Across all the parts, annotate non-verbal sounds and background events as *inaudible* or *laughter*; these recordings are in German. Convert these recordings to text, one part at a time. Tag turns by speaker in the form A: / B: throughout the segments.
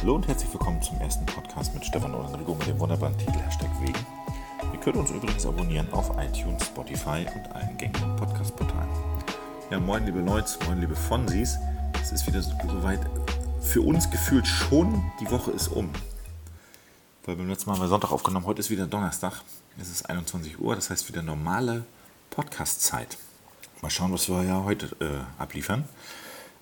A: Hallo und herzlich willkommen zum ersten Podcast mit Stefan Olenrigo mit dem wunderbaren Titel Hashtag Wegen. Ihr könnt uns übrigens abonnieren auf iTunes, Spotify und allen gängigen Podcast-Portalen. Ja, moin liebe Leute, moin liebe Fonsis. Es ist wieder so- soweit für uns gefühlt schon, die Woche ist um. Weil beim letzten Mal haben wir Sonntag aufgenommen, heute ist wieder Donnerstag. Es ist 21 Uhr, das heißt wieder normale Podcast-Zeit. Mal schauen, was wir ja heute äh, abliefern.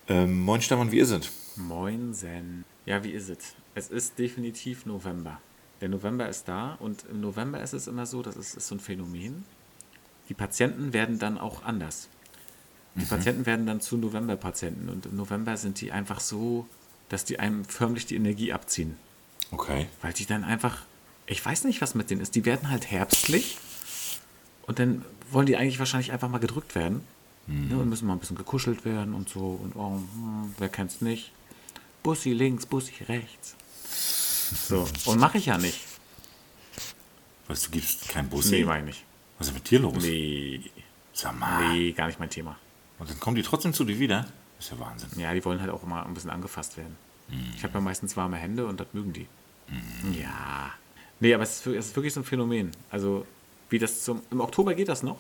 A: Ähm, moin Stefan, wie ihr seid.
B: Moinsen. Ja, wie ist es? Es ist definitiv November. Der November ist da und im November ist es immer so, das ist, ist so ein Phänomen. Die Patienten werden dann auch anders. Die Patienten werden dann zu November-Patienten und im November sind die einfach so, dass die einem förmlich die Energie abziehen.
A: Okay.
B: Weil die dann einfach, ich weiß nicht, was mit denen ist. Die werden halt herbstlich und dann wollen die eigentlich wahrscheinlich einfach mal gedrückt werden. Ne, und müssen mal ein bisschen gekuschelt werden und so. Und oh, hm, wer kennt's nicht? Bussi links, Bussi rechts. So, und mache ich ja nicht.
A: Weißt du, gibst keinen Bus?
B: Nee, meine ich. Ah.
A: Was ist denn mit dir los?
B: Nee,
A: Sag mal.
B: nee, gar nicht mein Thema.
A: Und dann kommen die trotzdem zu dir wieder? Ist ja Wahnsinn.
B: Ja, die wollen halt auch immer ein bisschen angefasst werden. Ich
A: Mhm.
B: habe ja meistens warme Hände und das mögen die. Ja. Nee, aber es ist, wir- es ist wirklich so ein Phänomen. Also, wie das zum. Im Oktober geht das noch,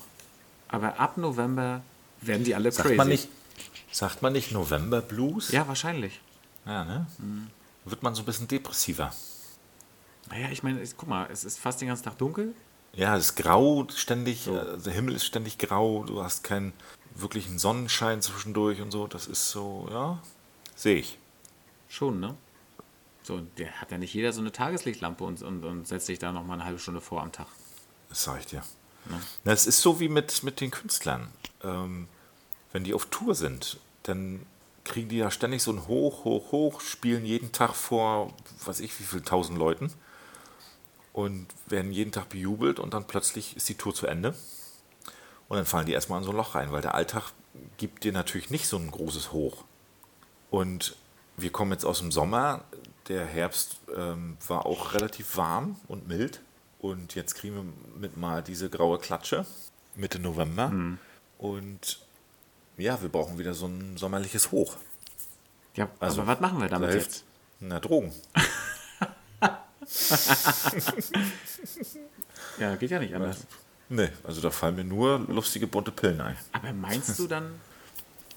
B: aber ab November werden die alle crazy.
A: sagt man nicht November Blues? Ja.
B: Ja, Mhm. wahrscheinlich.
A: Ja, ne? Wird man so ein bisschen depressiver.
B: Naja, ich meine, es- guck mal, es ist fast den ganzen Tag dunkel.
A: Ja, es ist grau ständig, äh, der Himmel ist ständig grau, du hast keinen wirklichen Sonnenschein zwischendurch und so. Das ist so, ja, sehe ich.
B: Schon, ne? So, und der hat ja nicht jeder so eine Tageslichtlampe und, und, und setzt sich da nochmal eine halbe Stunde vor am Tag.
A: Das sage ich dir. Na, es ist so wie mit, mit den Künstlern. Ähm, wenn die auf Tour sind, dann kriegen die ja ständig so ein Hoch, Hoch, Hoch, spielen jeden Tag vor, weiß ich, wie viel tausend Leuten und werden jeden Tag bejubelt und dann plötzlich ist die Tour zu Ende. Und dann fallen die erstmal in so ein Loch rein, weil der Alltag gibt dir natürlich nicht so ein großes Hoch. Und wir kommen jetzt aus dem Sommer. Der Herbst ähm, war auch relativ warm und mild. Und jetzt kriegen wir mit mal diese graue Klatsche Mitte November.
B: Mhm.
A: Und ja, wir brauchen wieder so ein sommerliches Hoch.
B: Ja, also, aber was machen wir
A: Da
B: damit
A: hilft
B: jetzt?
A: na Drogen.
B: Ja, geht ja nicht anders.
A: Nee, also da fallen mir nur lustige bunte Pillen ein.
B: Aber meinst du dann,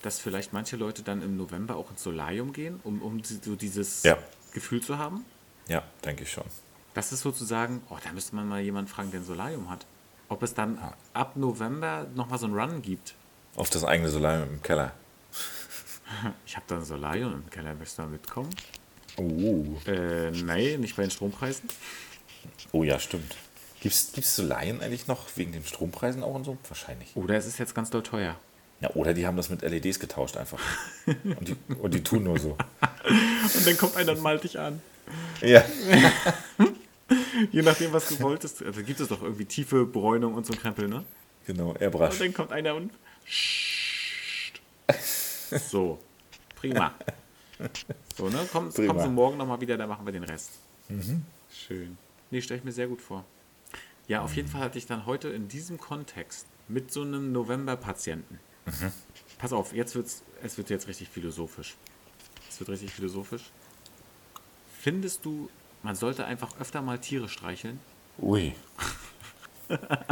B: dass vielleicht manche Leute dann im November auch ins Solarium gehen, um, um die- so dieses
A: Ja.
B: Gefühl zu haben?
A: Ja, denke ich schon.
B: Das ist sozusagen, oh, da müsste man mal jemanden fragen, der ein Solarium hat. Ob es dann ab November nochmal so einen Run gibt.
A: Auf das eigene Solarium im Keller.
B: Ich habe da ein Solarium im Keller, möchtest du mal mitkommen?
A: Oh,
B: Äh, nein, nicht bei den Strompreisen.
A: oh ja, stimmt. Gibt es Solarien eigentlich noch wegen den Strompreisen auch und so? Wahrscheinlich.
B: Oder es ist jetzt ganz doll teuer.
A: Ja, oder die haben das mit LEDs getauscht
B: *laughs*
A: einfach. Und die, und die tun nur so.
B: Und dann kommt einer und malt dich an.
A: Ja.
B: Je nachdem, was du wolltest. Also gibt es doch irgendwie tiefe Bräunung und so ein Krempel, ne?
A: Genau,
B: Und
A: Airbrush.
B: dann kommt einer und. *laughs* So, prima. So, ne? Komm,
A: Prima.
B: kommst du morgen nochmal wieder, dann machen wir den Rest. Schön. Nee, stelle ich mir sehr gut vor. Ja, auf jeden Fall hatte ich dann heute in diesem Kontext mit so einem November-Patienten. Pass auf, jetzt wird's, es wird jetzt richtig philosophisch. Es wird richtig philosophisch. Findest du, man sollte einfach öfter mal Tiere streicheln?
A: Ui. *laughs*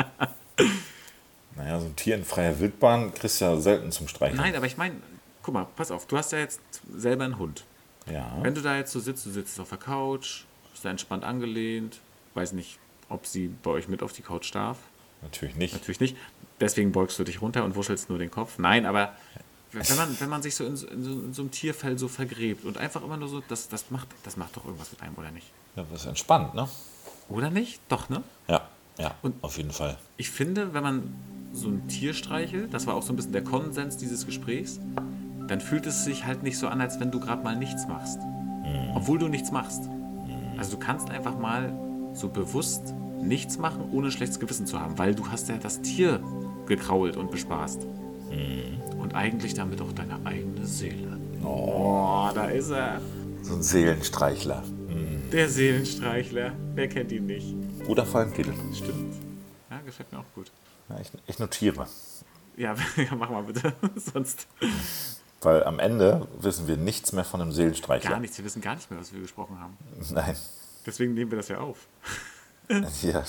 A: naja, so ein Tier in freier Wildbahn kriegst du ja selten zum Streichen.
B: Nein, aber ich meine, guck mal, pass auf, du hast ja jetzt selber einen Hund.
A: Ja.
B: Wenn du da jetzt so sitzt, du sitzt auf der Couch, bist da entspannt angelehnt, weiß nicht, ob sie bei euch mit auf die Couch darf.
A: Natürlich nicht.
B: Natürlich nicht. Deswegen beugst du dich runter und wuschelst nur den Kopf. Nein, aber wenn man, wenn man sich so in, so- in, so, in so einem Tierfell so vergräbt und einfach immer nur so, das, das, macht, das macht doch irgendwas mit einem, oder nicht?
A: Ja, das ist entspannt, ne?
B: Oder nicht? Doch, ne?
A: Ja, ja,
B: Und-
A: auf jeden Fall.
B: Ich finde, wenn man so ein Tier streichelt, das war auch so ein bisschen der Konsens dieses Gesprächs, dann fühlt es sich halt nicht so an, als wenn du gerade mal nichts machst. Obwohl du nichts machst. Also du kannst einfach mal so bewusst nichts machen, ohne schlechtes Gewissen zu haben, weil du hast ja das Tier gekrault und bespaßt. Und eigentlich damit auch deine eigene Seele. Oh, da ist er.
A: So ein Seelenstreichler.
B: Der Seelenstreichler. Wer kennt ihn nicht?
A: Guter Folgentitel.
B: Stimmt. Ja, gefällt mir auch gut. *laughs*
A: Ja, ich, ich notiere.
B: Ja, ja, mach mal bitte. Sonst
A: Weil am Ende wissen wir nichts mehr von einem Seelenstreichler.
B: Gar nichts, wir wissen gar nicht mehr, was wir gesprochen haben.
A: Nein.
B: Deswegen nehmen wir das ja auf.
A: *laughs* Ja.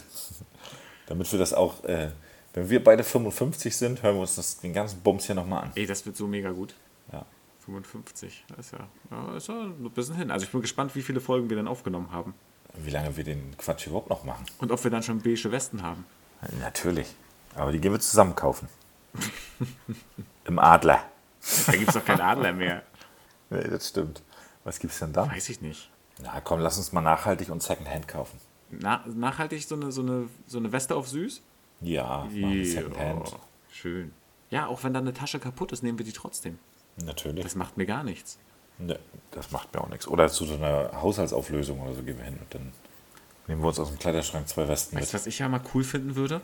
A: Damit wir das auch, äh, wenn wir beide 55 sind, hören wir uns das, den ganzen Bums hier nochmal an.
B: Ey, das wird so mega gut.
A: Ja.
B: 55, das ist ja, ja, ist ja ein bisschen hin. Also ich bin gespannt, wie viele Folgen wir dann aufgenommen haben.
A: Wie lange wir den Quatsch überhaupt noch machen?
B: Und ob wir dann schon beige Westen haben.
A: Natürlich. Aber die gehen wir zusammen *laughs* kaufen. Im Adler.
B: Da gibt es doch keinen Adler mehr.
A: Nee, das stimmt. Was gibt's denn da?
B: Weiß ich nicht.
A: Na komm, lass uns mal nachhaltig und Secondhand kaufen.
B: Na, nachhaltig so eine, so, eine, so eine Weste auf süß?
A: Ja, machen wir Oh, Secondhand.
B: Ja, schön. Ja, auch wenn dann eine Tasche kaputt ist, nehmen wir die trotzdem.
A: Natürlich.
B: Das macht mir gar nichts.
A: Ne, das macht mir auch nichts. Oder zu so einer Haushaltsauflösung oder so gehen wir hin und dann nehmen wir uns aus dem Kleiderschrank zwei Westen
B: Weißt
A: mit.
B: du, was ich ja mal cool finden würde?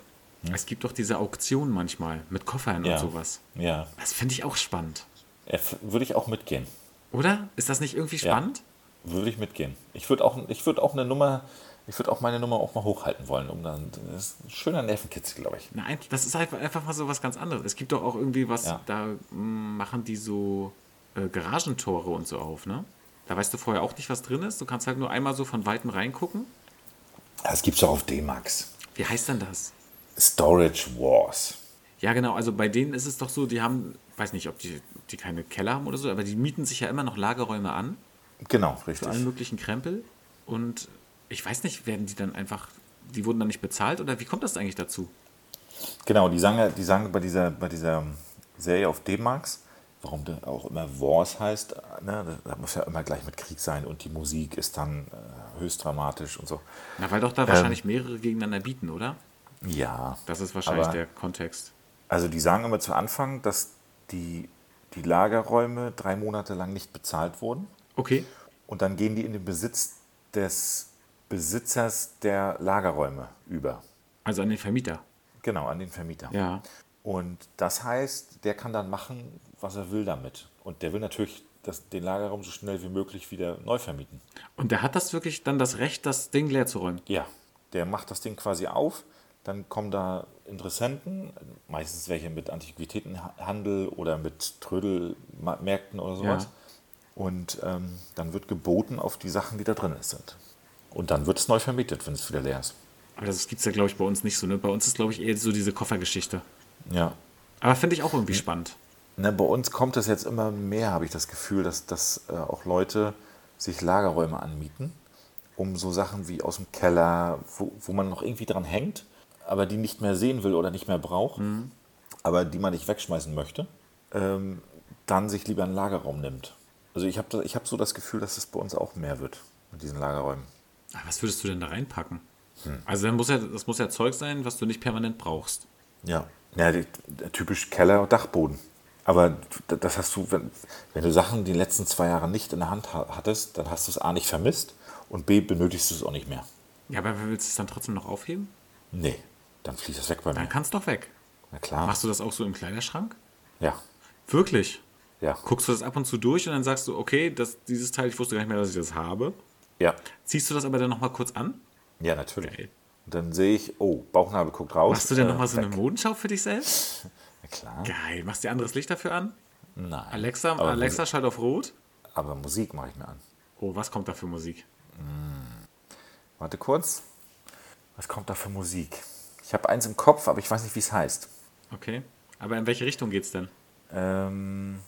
B: Es gibt doch diese Auktionen manchmal mit Koffern
A: Ja.
B: und sowas.
A: Ja,
B: Das finde ich auch spannend.
A: Äh, f- würde ich auch mitgehen.
B: Oder? Ist das nicht irgendwie
A: Ja.
B: spannend?
A: Würde ich mitgehen. Ich würde auch, ich würde auch eine Nummer, ich würde auch meine Nummer auch mal hochhalten wollen. Um dann, das ist ein schöner Nervenkitzel, glaube ich.
B: Nein, das ist einfach, einfach mal so was ganz anderes. Es gibt doch auch irgendwie was,
A: Ja.
B: da mm, machen die so äh, Garagentore und so auf, ne? Da weißt du vorher auch nicht, was drin ist. Du kannst halt nur einmal so von Weitem reingucken.
A: Das gibt's auch auf D-Max.
B: Wie heißt denn das?
A: Storage Wars.
B: Ja, genau. Also bei denen ist es doch so, die haben, weiß nicht, ob die, ob die keine Keller haben oder so, aber die mieten sich ja immer noch Lagerräume an.
A: Genau,
B: für allen
A: richtig.
B: möglichen Krempel. Und ich weiß nicht, werden die dann einfach, die wurden dann nicht bezahlt oder wie kommt das eigentlich dazu?
A: Genau, die sagen, ja- die sagen bei dieser, bei dieser Serie auf D-Max, warum der auch immer Wars heißt, ne, da muss ja immer gleich mit Krieg sein und die Musik ist dann äh, höchst dramatisch und so.
B: Na, weil doch
A: Ähm.
B: da wahrscheinlich mehrere gegeneinander bieten, oder?
A: Ja.
B: Das ist wahrscheinlich
A: Aber-
B: der Kontext.
A: Also die sagen immer zu Anfang, dass die, die Lagerräume drei Monate lang nicht bezahlt wurden.
B: Okay.
A: Und dann gehen die in den Besitz des Besitzers der Lagerräume über.
B: Also an den Vermieter.
A: Genau, an den Vermieter.
B: Ja.
A: Und das heißt, der kann dann machen, was er will damit. Und der will natürlich das, den Lagerraum so schnell wie möglich wieder neu vermieten.
B: Und der hat das wirklich dann das Recht, das Ding leer zu räumen.
A: Ja, der macht das Ding quasi auf, dann kommen da Interessenten, meistens welche mit Antiquitätenhandel oder mit Trödelmärkten oder sowas.
B: Ja.
A: Und ähm, dann wird geboten auf die Sachen, die da drin sind. Und dann wird es neu vermietet, wenn es wieder leer ist.
B: Aber das gibt es ja, glaube ich, bei uns nicht so. Ne? Bei uns ist, glaube ich, eher so diese Koffergeschichte.
A: Ja.
B: Aber finde ich auch irgendwie spannend.
A: Ne, bei uns kommt das jetzt immer mehr, habe ich das Gefühl, dass, dass äh, auch Leute sich Lagerräume anmieten, um so Sachen wie aus dem Keller, wo, wo man noch irgendwie dran hängt, aber die nicht mehr sehen will oder nicht mehr braucht, aber die man nicht wegschmeißen möchte, ähm, dann sich lieber einen Lagerraum nimmt. Also ich habe ich hab so das Gefühl, dass es bei uns auch mehr wird mit diesen Lagerräumen.
B: Aber was würdest du denn da reinpacken?
A: Hm.
B: Also dann muss ja, das muss ja Zeug sein, was du nicht permanent brauchst.
A: Ja, ja die, der typisch Keller und Dachboden. Aber d- das hast du, wenn, wenn du Sachen die letzten zwei Jahre nicht in der Hand ha- hattest, dann hast du es A nicht vermisst und B benötigst du es auch nicht mehr.
B: Ja, aber willst du es dann trotzdem noch aufheben?
A: Nee, dann fließt das weg bei
B: Dann
A: mir.
B: kann es doch weg.
A: Na klar.
B: Machst du das auch so im Kleiderschrank?
A: Ja,
B: Wirklich?
A: ja,
B: Guckst du das ab und zu durch und dann sagst du, okay, das, dieses Teil, ich wusste gar nicht mehr, dass ich das habe.
A: ja,
B: Ziehst du das aber dann nochmal kurz an?
A: ja, natürlich.
B: Geil.
A: Und dann sehe ich, oh, Bauchnabel guckt raus.
B: Machst du dann
A: äh,
B: nochmal so
A: weg.
B: eine Modenschau für dich selbst?
A: Na klar.
B: Geil. Machst dir anderes Licht dafür an?
A: Nein.
B: Alexa,
A: aber,
B: Alexa schalt auf Rot.
A: Aber Musik mache ich mir an.
B: Oh, was kommt da für Musik?
A: Warte kurz. Was kommt da für Musik? Ich habe eins im Kopf, aber ich weiß nicht, wie es heißt.
B: Okay. Aber in welche Richtung geht's denn?
A: Ähm,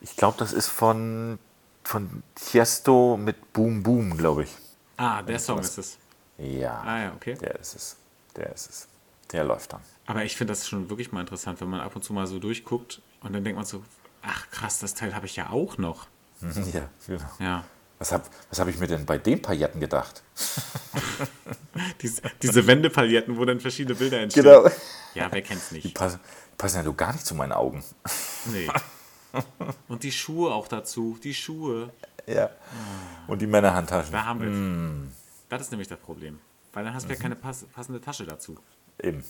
A: ich glaube, das ist von, von Tiesto mit Boom Boom, glaube ich.
B: Ah, der Song ist es.
A: Ja.
B: Ah ja, okay.
A: Der ist es. Der ist es. Der läuft dann. *laughs*
B: Aber ich finde das schon wirklich mal interessant, wenn man ab und zu mal so durchguckt und dann denkt man so, ach krass, das Teil habe ich ja auch noch.
A: ja, genau.
B: Ja.
A: Was habe was hab ich mir denn bei den Pailletten gedacht?
B: *laughs* Diese, diese Wendepaletten, wo dann verschiedene Bilder
A: *laughs*
B: entstehen.
A: Genau.
B: *laughs* Ja, wer kennt's
A: Die
B: nicht?
A: passen, die passen ja so gar nicht zu meinen Augen.
B: *laughs* Nee. *laughs* Und die Schuhe auch dazu. Die Schuhe.
A: Ja. Ah. Und die Männerhandtaschen.
B: Da haben wir Mm. Das ist nämlich das Problem. Weil dann hast du ja keine pass passende Tasche dazu.
A: Eben.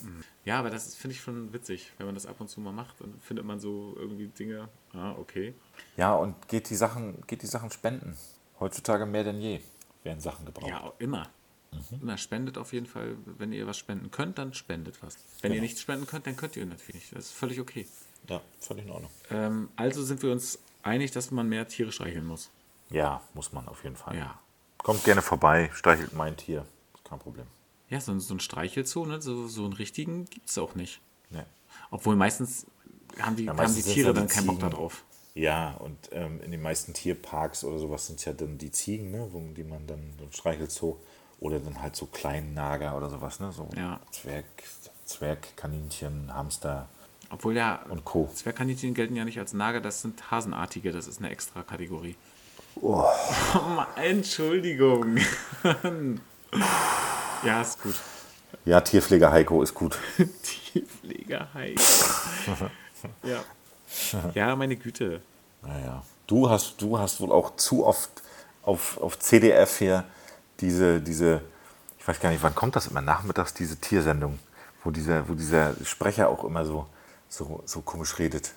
B: Ja, aber das ist- finde ich schon witzig, wenn man das ab und zu mal macht. Dann findet man so irgendwie Dinge. Ah, okay.
A: Ja, und geht die, Sachen, geht die Sachen spenden. Heutzutage mehr denn je werden Sachen gebraucht.
B: Ja, immer.
A: Mhm.
B: Immer spendet auf jeden
A: Genau.
B: Fall. Wenn ihr was spenden könnt, dann spendet was. Wenn ihr nichts spenden könnt, dann könnt ihr natürlich. Das ist völlig okay.
A: Ja, völlig in Ordnung.
B: Ähm, also sind wir uns einig, dass man mehr Tiere streicheln muss.
A: Ja, muss man auf jeden Fall.
B: Ja.
A: Kommt gerne vorbei, streichelt mein Tier. Ist Kein Problem.
B: Ja, so, ein- so ein Streichelzoo, ne? so, so einen richtigen gibt es auch nicht.
A: Nee.
B: Obwohl meistens haben die, haben die
A: meistens sind's
B: Tiere
A: ja die
B: dann keinen Bock
A: Ziegen.
B: darauf.
A: Ja, und ähm, in den meisten Tierparks oder sowas sind ja dann die Ziegen, ne, wo, die man dann so streichelt so. Oder dann halt so kleinen Nager oder sowas, ne? So
B: Ja.
A: Zwerg, Zwerg, Kaninchen, Hamster
B: Obwohl ja,
A: und Co.
B: Zwergkaninchen gelten ja nicht als Nager, das sind Hasenartige, das ist eine extra Kategorie.
A: Oh.
B: Entschuldigung. *laughs* ja, ist gut.
A: Ja, Tierpfleger Heiko ist gut.
B: Tiefleger Heiko. ja. ja, meine Güte.
A: Naja. Du hast, du hast wohl auch zu oft auf, auf CDF hier diese, diese, ich weiß gar nicht, wann kommt das immer nachmittags, diese Tiersendung, wo dieser, wo dieser Sprecher auch immer so, so, so komisch redet.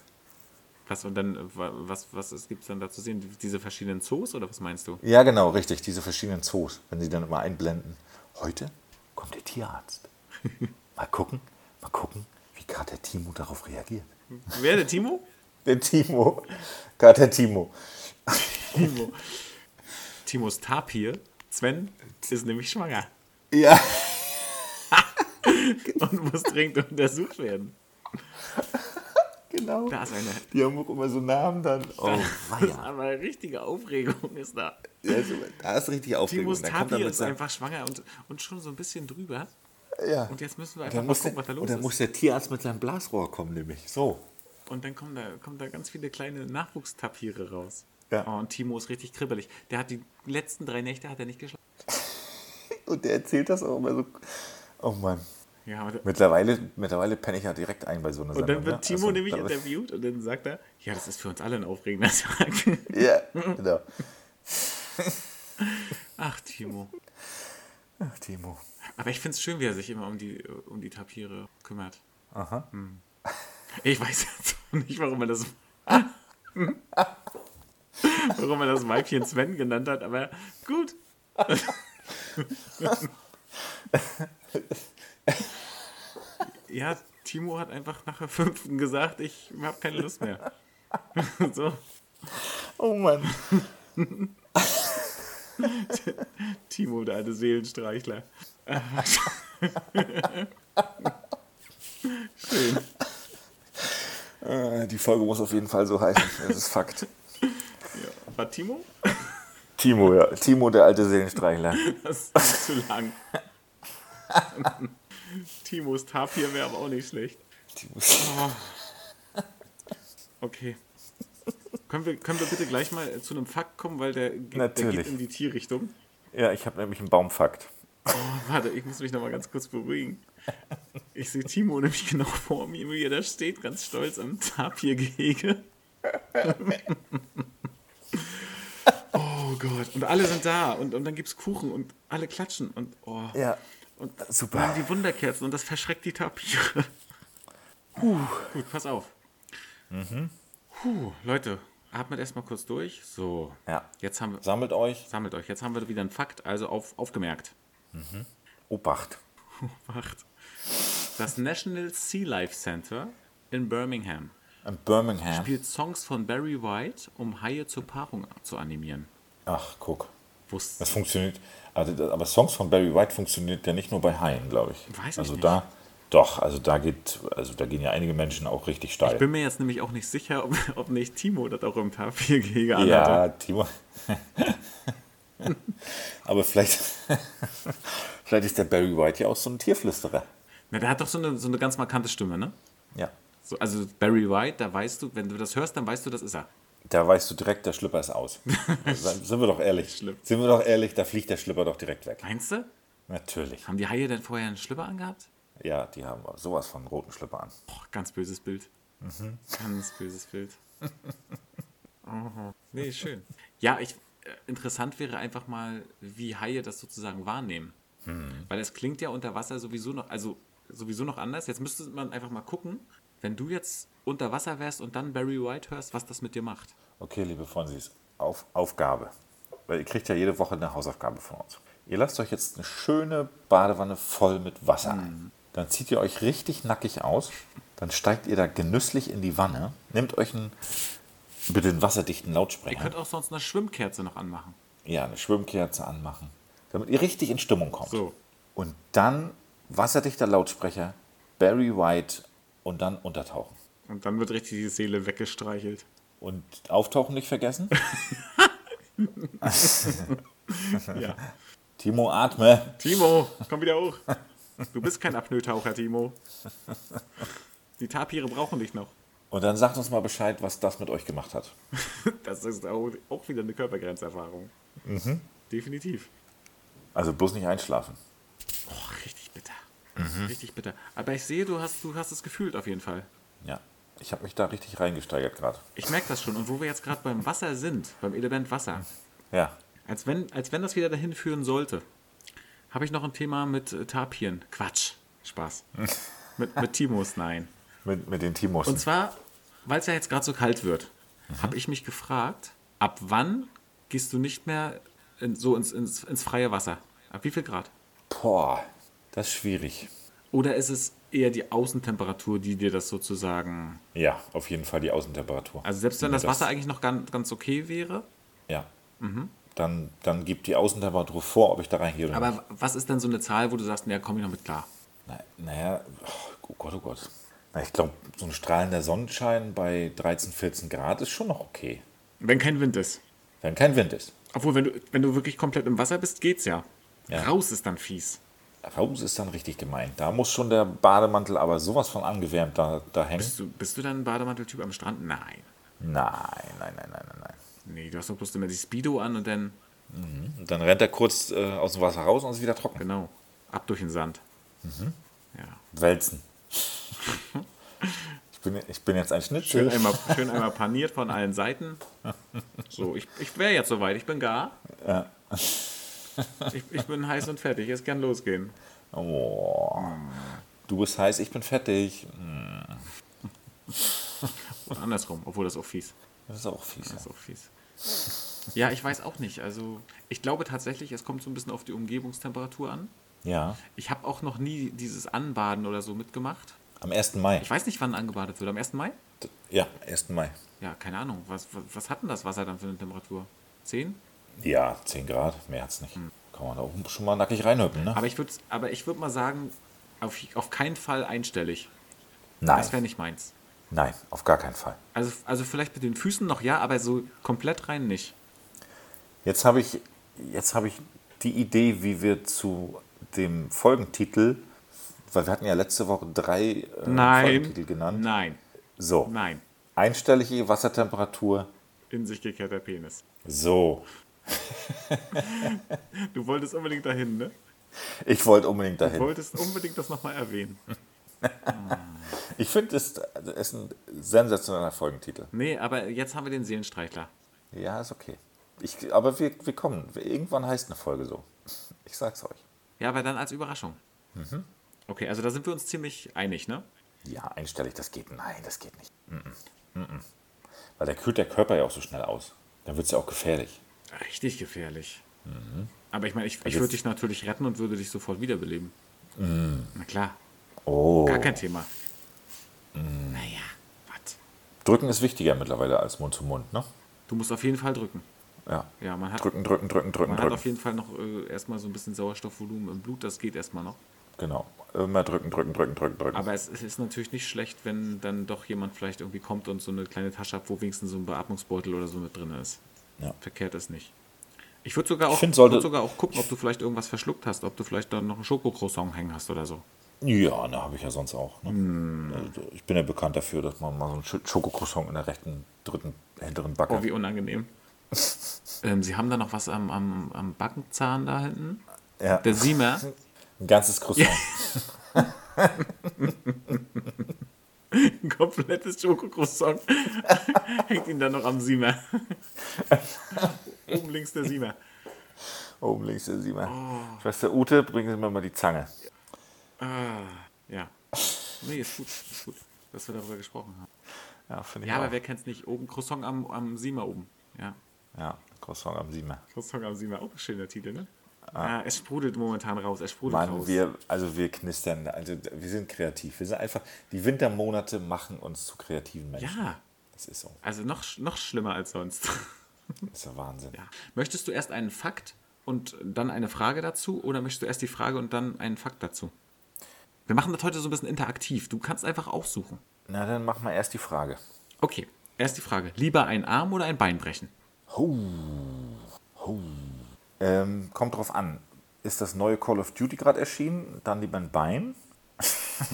B: Was, und dann, äh, wa- was, was gibt es dann da zu sehen? Diese verschiedenen Zoos oder was meinst du?
A: Ja, genau, richtig, diese verschiedenen Zoos, wenn sie dann immer einblenden. Heute kommt der Tierarzt. Mal gucken, mal gucken, wie gerade der Timo darauf reagiert.
B: Wer, der Timo?
A: Der Timo, gerade der Timo.
B: Timo. Timos Tapir. Sven ist nämlich schwanger
A: Ja.
B: und muss dringend untersucht werden.
A: Genau.
B: Da ist eine,
A: Die haben auch immer so Namen dann. Oh, weia.
B: aber eine richtige Aufregung ist da.
A: Ja, Ne, so, da ist richtig Aufregung.
B: Timos
A: Dann kommt er
B: Tapir
A: mit
B: ist
A: seinem-
B: einfach schwanger und, und schon so ein bisschen drüber.
A: ja.
B: Und jetzt müssen wir
A: Und
B: einfach
A: dann
B: mal
A: muss,
B: gucken, was da
A: der,
B: los
A: und dann
B: ist.
A: muss der Tierarzt mit seinem Blasrohr kommen, nämlich. So.
B: Und dann kommen da, kommen da ganz viele kleine Nachwuchstapire raus.
A: Ja.
B: Oh, und Timo ist richtig kribbelig. Der hat die letzten drei Nächte hat er nicht geschlafen.
A: Und der erzählt das auch immer so. Oh Mann.
B: Ja, und,
A: Mittlerweile, mittlerweile penne ich ja direkt ein bei so einer ne? Also,
B: und dann wird Timo nämlich
A: der
B: interviewt und dann sagt er, ja, das ist für uns alle ein aufregender *laughs* Tag.
A: Ja, *laughs* genau.
B: Ach, Timo.
A: Ach, Timo.
B: Aber ich finde es schön, wie er sich immer um die, um die Tapire kümmert. Hm.
A: Aha.
B: Ich weiß jetzt auch nicht, warum er das. *laughs* warum er das Weibchen Sven genannt hat, aber gut. *laughs* ja, Timo hat einfach nach der fünften gesagt, ich habe keine Lust mehr. *laughs* so,
A: Oh Mann.
B: Timo, der alte Seelenstreichler. *laughs* Schön.
A: Äh, die Folge muss auf jeden Fall so heißen. Das ist Fakt.
B: Ja. War Timo?
A: Timo, ja. Timo, der alte Seelenstreichler.
B: Das ist zu lang. *laughs* Timos Tapir wäre aber auch nicht schlecht.
A: Timo.
B: Okay. Können wir, können wir bitte gleich mal zu einem Fakt kommen, weil der, ge- der
A: Natürlich.
B: geht in die Tierrichtung.
A: Ja, ich habe nämlich einen Baumfakt.
B: Oh, warte, ich muss mich nochmal ganz kurz beruhigen. Ich sehe Timo nämlich genau vor mir, wie er da steht, ganz stolz am Tapirgehege. *laughs* Oh Gott. Und alle sind da und, und dann gibt's Kuchen und alle klatschen und oh.
A: Ja.
B: Und
A: Ah, Super.
B: haben die Wunderkerzen und das verschreckt die Tapire.
A: Puh. Mhm.
B: Gut, pass auf. Puh, Leute, atmet erstmal kurz durch. So.
A: Ja.
B: Jetzt haben wir.
A: Sammelt euch.
B: Sammelt euch. Jetzt haben wir wieder einen Fakt, also auf, aufgemerkt. *laughs*
A: Obacht.
B: Macht. Das National Sea Life Center in Birmingham
A: In Birmingham.
B: spielt Songs von Barry White, um Haie zur Paarung zu animieren.
A: Ach, guck.
B: Wusst,
A: Das funktioniert. Also, das- aber Songs von Barry White funktioniert ja nicht nur bei Haien, glaube ich.
B: Weiß ich
A: also
B: nicht.
A: da, doch, also da geht, also da gehen ja einige Menschen auch richtig steil.
B: ich bin mir jetzt nämlich auch nicht sicher, ob, ob nicht Timo das auch im Tapirgehege anhatte.
A: Ja, Timo. *laughs* Aber vielleicht, *laughs* vielleicht ist der Barry White ja auch so ein Tierflüsterer.
B: Na, der hat doch so eine, so eine ganz markante Stimme, ne?
A: Ja.
B: So, also Barry White, da weißt du, wenn du das hörst, dann weißt du, das ist er. *laughs*
A: Da weißt du direkt, der Schlüpper ist aus. Also, sind wir doch ehrlich.
B: Schlimm.
A: Sind wir doch ehrlich, da fliegt der Schlüpper doch direkt weg.
B: Meinst du?
A: Natürlich.
B: Haben die Haie denn vorher einen Schlüpper angehabt?
A: Ja, die haben sowas von roten Schlüpper an.
B: Boah, ganz böses Bild. Mhm. Ganz böses *laughs* Bild. Aha. Nee, schön. Ja, ich, äh, interessant wäre einfach mal, wie Haie das sozusagen wahrnehmen. Weil es klingt ja unter Wasser sowieso noch, also sowieso noch anders. Jetzt müsste man einfach mal gucken, wenn du jetzt unter Wasser wärst und dann Barry White hörst, was das mit dir macht.
A: Okay, liebe Fonsis, auf, Aufgabe. Weil ihr kriegt ja jede Woche eine Hausaufgabe von uns. Ihr lasst euch jetzt eine schöne Badewanne voll mit Wasser ein. Dann zieht ihr euch richtig nackig aus. Dann steigt ihr da genüsslich in die Wanne, nehmt euch einen, bitte einen wasserdichten
B: Ihr
A: Lautsprecher.
B: könnt auch sonst eine Schwimmkerze noch anmachen.
A: Ja, eine Schwimmkerze anmachen, damit ihr richtig in Stimmung kommt.
B: So.
A: Und dann wasserdichter Lautsprecher, Barry White und dann untertauchen.
B: Und dann wird richtig die Seele weggestreichelt.
A: Und auftauchen nicht
B: *laughs*
A: vergessen.
B: Ja.
A: Timo, atme.
B: Timo, komm wieder hoch. Du bist kein Apnoe-Taucher, Timo. Die Tapire brauchen dich noch.
A: Und dann sagt uns mal Bescheid, was das mit euch gemacht hat.
B: Das ist auch, auch wieder eine Körpergrenzerfahrung. Definitiv.
A: Also bloß nicht einschlafen.
B: Boah, richtig bitter. Richtig bitter. Aber ich sehe, du hast, du hast es gefühlt auf jeden Fall.
A: Ja, ich habe mich da richtig reingesteigert gerade.
B: Ich merke das schon. Und wo wir jetzt gerade beim Wasser sind, beim Element Wasser,
A: Ja,
B: als wenn, als wenn das wieder dahin führen sollte, habe ich noch ein Thema mit äh, Tapiren. Quatsch. Spaß. Mit, mit Timos, nein.
A: mit, mit den Timos.
B: Und zwar, weil es ja jetzt gerade so kalt wird, habe ich mich gefragt, ab wann gehst du nicht mehr in, so ins, ins, ins freie Wasser? Ab wie viel Grad?
A: Boah, das ist schwierig.
B: Oder ist es eher die Außentemperatur, die dir das sozusagen.
A: Ja, auf jeden Fall die Außentemperatur.
B: Also selbst wenn
A: Ja,
B: das Wasser eigentlich noch ganz, ganz okay wäre,
A: Ja. Dann, dann gibt die Außentemperatur vor, ob ich da reingehe oder nicht.
B: aber was ist denn so eine Zahl, wo du sagst, ja, komm ich noch mit klar?
A: Na, naja, oh Gott, oh Gott. Na, ich glaube, so ein strahlender Sonnenschein bei 13, 14 Grad ist schon noch okay.
B: Wenn kein Wind ist.
A: Wenn kein Wind ist.
B: Obwohl, wenn du, wenn du wirklich komplett im Wasser bist, geht's ja.
A: Ja.
B: Raus ist dann fies.
A: Raus oh, ist dann richtig gemein. Da muss schon der Bademantel aber sowas von angewärmt da, da hängen.
B: Bist du, bist du dann ein Bademanteltyp am Strand? Nein.
A: Nein, nein, nein, nein, nein, nein.
B: Nee, du hast doch bloß immer die Speedo an und dann,
A: Und dann rennt er kurz äh, aus dem Wasser raus und ist wieder trocken.
B: genau, ab durch den Sand. Ja.
A: Wälzen. *laughs* ich, bin, ich bin jetzt ein Schnitzel.
B: Schön einmal, schön einmal paniert von allen Seiten. So, ich, ich wäre jetzt soweit, ich bin gar. Ich, ich bin heiß und fertig, es kann losgehen.
A: Oh. Du bist heiß, ich bin fertig.
B: Und andersrum, obwohl das auch fies.
A: Das ist auch fies.
B: Das ist auch fies. Ja, ich weiß auch nicht. Also, ich glaube tatsächlich, es kommt so ein bisschen auf die Umgebungstemperatur an.
A: Ja,
B: Ich habe auch noch nie dieses Anbaden oder so mitgemacht.
A: am 1. Mai.
B: Ich weiß nicht, wann angebadet wird. Am 1. Mai?
A: Ja, 1. Mai.
B: Ja, keine Ahnung. Was, was, was hat denn das Wasser dann für eine Temperatur? 10?
A: Ja, 10 Grad, mehr hat's nicht. Kann man da oben schon mal nackig reinhüppen, ne?
B: Aber ich würde aber ich würd mal sagen, auf, auf keinen Fall einstellig. Das wäre
A: Nein,
B: nicht meins.
A: nein, auf gar keinen Fall.
B: Also, also vielleicht mit den Füßen noch ja, aber so komplett rein nicht.
A: Jetzt habe ich, jetzt habe ich die Idee, wie wir zu dem Folgentitel, weil wir hatten ja letzte Woche drei äh,
B: Nein.
A: Folgentitel genannt.
B: Nein.
A: So,
B: Nein.
A: einstellige Wassertemperatur.
B: In sich gekehrter Penis.
A: So,
B: Du wolltest unbedingt dahin, ne?
A: ich wollte unbedingt
B: Du
A: dahin.
B: wolltest unbedingt das nochmal erwähnen.
A: Ich finde, es ist ein sensationeller Folgentitel.
B: Nee, aber jetzt haben wir den Seelenstreichler.
A: Ja, ist okay. Ich, aber wir, wir kommen. Irgendwann heißt eine Folge so. Ich sag's euch.
B: Ja, aber dann als Überraschung. Okay, also da sind wir uns ziemlich einig, ne?
A: Ja, einstellig, das geht. Nein, das geht nicht. Mm -mm. Mm -mm. Weil da kühlt der Körper ja auch so schnell aus. Dann wird's ja auch gefährlich.
B: Richtig gefährlich. Aber ich meine, ich, ich
A: Also-
B: würde dich natürlich retten und würde dich sofort wiederbeleben. Na klar,
A: Oh.
B: gar kein Thema. Naja, was?
A: Drücken ist wichtiger mittlerweile als Mund zu Mund, ne?
B: Du musst auf jeden Fall drücken.
A: Ja.
B: Ja, man hat,
A: Drücken, drücken, drücken, drücken,
B: man hat auf
A: drücken.
B: jeden Fall noch äh, erstmal so ein bisschen Sauerstoffvolumen im Blut, das geht erstmal noch.
A: Genau. Immer drücken, drücken, drücken, drücken, drücken.
B: Aber es, es ist natürlich nicht schlecht, wenn dann doch jemand vielleicht irgendwie kommt und so eine kleine Tasche hat, wo wenigstens so ein Beatmungsbeutel oder so mit drin ist.
A: Ja.
B: Verkehrt ist nicht. Ich würde sogar, auch-
A: find, sollte-
B: würd sogar auch gucken, ob du vielleicht irgendwas verschluckt hast, ob du vielleicht dann noch einen Schokocroissant hängen hast oder so.
A: Ja, ne, habe ich ja sonst auch. Ne? Also, ich bin ja bekannt dafür, dass man mal so einen Sch- Schokokroissant in der rechten, dritten, hinteren Backe.
B: Oh, wie
A: *laughs*
B: unangenehm. ähm, sie haben da noch was am, am, am Backenzahn da hinten?
A: ja.
B: Der Siemer?
A: Ein ganzes Croissant.
B: Ein komplettes Schokocroissant hängt ihn dann noch am Siemer. Oben links der Siemer.
A: *laughs* Oben links der
B: Oh.
A: Siemer. Schwester Ute, bringen Sie mir mal die Zange.
B: Ah, Ja. Nee, ist gut, ist gut, dass wir darüber gesprochen haben.
A: Ja, finde ich
B: Ja,
A: auch.
B: aber wer kennt's nicht? Oben Croissant am, am Siemer oben. Ja.
A: ja, Croissant am Siemer.
B: Croissant am Siemer, auch ein schöner Titel, ne? Ja, es sprudelt momentan raus, es sprudelt
A: Mann,
B: raus.
A: wir, also wir knistern, also wir sind kreativ. Wir sind einfach, die Wintermonate machen uns zu kreativen Menschen.
B: ja,
A: Das ist so.
B: also noch, sch- noch schlimmer als sonst.
A: Das ist ja Wahnsinn.
B: Ja. Möchtest du erst einen Fakt und dann eine Frage dazu oder möchtest du erst die Frage und dann einen Fakt dazu? Wir machen das heute so ein bisschen interaktiv. Du kannst einfach aussuchen.
A: Na, dann machen wir erst die Frage.
B: Okay, erst die Frage. Lieber einen Arm oder ein Bein brechen?
A: Ähm, kommt drauf an. Ist das neue Call of Duty gerade erschienen? Dann lieber ein Bein? *laughs*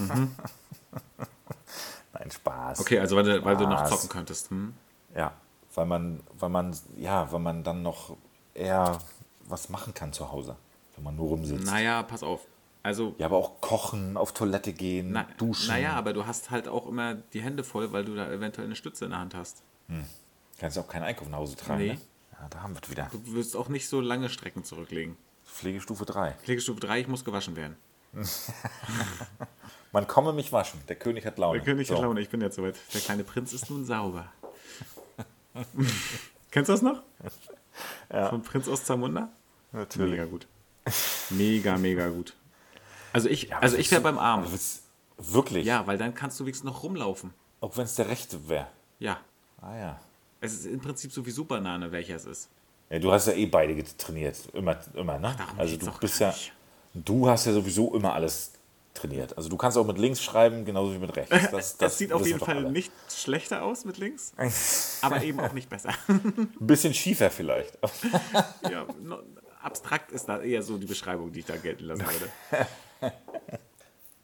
A: Nein, Spaß.
B: Mhm. Okay, also weil, du- weil du noch
A: Was?
B: zocken könntest. Hm?
A: Ja, weil man, weil man, ja, weil man dann noch eher was machen kann zu Hause, wenn man nur rumsitzt.
B: Naja, pass auf. Also,
A: Ja, aber auch kochen, auf Toilette gehen,
B: na,
A: duschen.
B: naja, aber du hast halt auch immer die Hände voll, weil du da eventuell eine Stütze in der Hand hast.
A: Kannst auch keinen Einkauf nach Hause tragen.
B: Nee.
A: Ne? Ja, da haben wir es wieder.
B: Du wirst auch nicht so lange Strecken zurücklegen.
A: Pflegestufe 3.
B: Pflegestufe 3, ich muss gewaschen werden.
A: Man komme mich waschen. Der König hat Laune.
B: Der König hat
A: So.
B: Laune, ich bin jetzt soweit. Der kleine Prinz ist nun sauber. *laughs* Kennst du das noch? Ja. Vom Prinz aus Zamunda?
A: Natürlich.
B: Mega gut. Mega, mega gut. Also ich, also ich wäre
A: willst du-
B: beim
A: Aber
B: Arm.
A: willst- Wirklich?
B: Ja, weil dann kannst du wenigstens noch rumlaufen.
A: Auch wenn es der Rechte wäre.
B: Ja.
A: Ah ja.
B: Es ist im Prinzip sowieso Banane, welcher es ist.
A: ja. Du hast ja eh beide getrainiert. Immer, immer ne?
B: darum
A: also
B: geht's
A: du
B: doch
A: bist
B: gar
A: ja.
B: nicht.
A: Du hast ja sowieso immer alles trainiert. Also du kannst auch mit links schreiben, genauso wie mit
B: *laughs*
A: rechts. Das,
B: Das sieht auf
A: wissen
B: jeden
A: doch
B: Fall
A: alle.
B: nicht schlechter aus mit links, aber eben auch
A: *laughs*
B: nicht besser.
A: Ein bisschen schiefer vielleicht. *laughs*
B: ja, no, abstrakt ist da eher so die Beschreibung, die ich da gelten lassen würde.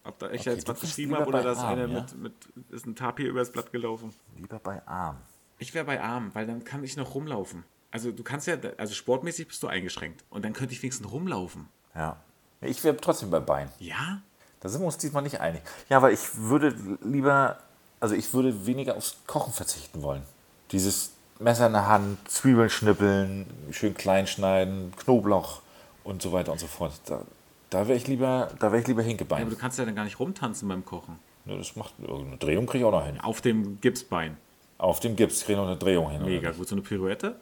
B: Ob da ich jetzt
A: du
B: was
A: bist
B: geschrieben
A: lieber
B: habe oder
A: bei
B: dass
A: Arm,
B: einer
A: ja?
B: mit, mit ist ein Tapir übers Blatt gelaufen.
A: Lieber bei Arm.
B: Ich wäre bei Arm, weil dann kann ich noch rumlaufen. Also du kannst ja, also sportmäßig bist du eingeschränkt und dann könnte ich wenigstens rumlaufen.
A: Ja. Ich wäre trotzdem bei Bein.
B: Ja?
A: Da sind wir uns diesmal nicht einig. Ja, weil ich würde lieber, also ich würde weniger aufs Kochen verzichten wollen. Dieses Messer in der Hand, Zwiebeln schnippeln, schön klein schneiden, Knoblauch und so weiter und so fort. Da, da wäre ich lieber, da wäre ich lieber
B: Aber
A: Hinkebein.
B: du kannst ja dann gar nicht rumtanzen beim Kochen.
A: Ne, das macht irgendeine Drehung kriege ich auch noch hin.
B: Auf dem Gipsbein.
A: Auf dem Gips kriege ich noch eine Drehung hin. oder
B: Mega gut. So eine Pirouette?